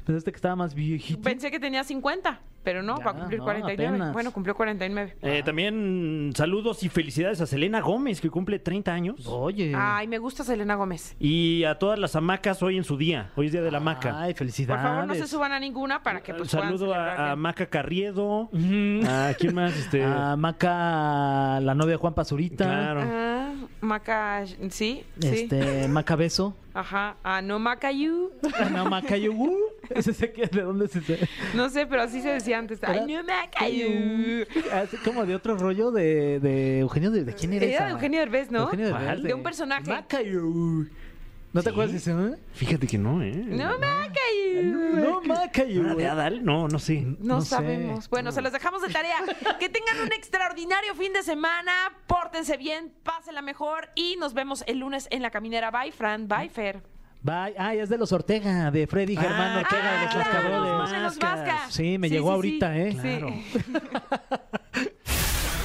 pensaste que estaba más viejito. Pensé que tenía 50, pero no, Ya, va a cumplir no, 49. apenas. Bueno, cumplió 49. Eh, también saludos y felicidades a Selena Gómez, que cumple 30 años. Oh. Oye. Ay, me gusta Selena Gómez. Y a todas las hamacas hoy en su día. Hoy es día de la hamaca. Ay, felicidades. Por favor, no se suban a ninguna para que pues puedan Saludo celebrar a, a bien. Maca Carriedo. Ujú. ¿A quién más? Este... A Maca, la novia de Juan Pazurita. Claro. Ah, Maca, sí, sí. Este, Maca Beso. Ajá, a no Maca You. No, Maca Yugu. Ese sé que- de dónde se se- No sé, pero así se decía antes. Ay, no Maca You. Así como de otro rollo de, de Eugenio. ¿De, de quién era Era esa? de Eh, Eugenio Derbez, ¿no? Eugenio Derbez, De un personaje. Maca Yugu. ¿No te acuerdas de ese? eh? Fíjate que no, ¿eh? No Maca You. Ah. No, Maca ¿Era Yugu. de Adal? No, no sé. No, No sé. sabemos. Bueno, se los dejamos de tarea. Que tengan un extraordinario fin de semana. Pórtense bien, pásenla mejor y nos vemos el lunes en la caminera. Bye, Fran. Bye, Fer. Bye. Ah, es de los Ortega, de Freddy Germán Ah, Ortega de los claro, Vasca Brothers. los Los Vasca. Sí, me llegó ahorita, ¿eh? Claro.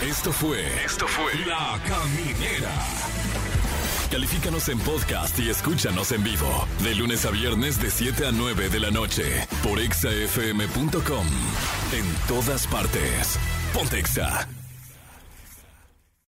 Esto fue. Esto fue. La Caminera. Califícanos en podcast y escúchanos en vivo. De lunes a viernes, de 7 a 9 de la noche. Por exafm.com. En todas partes. Pontexa.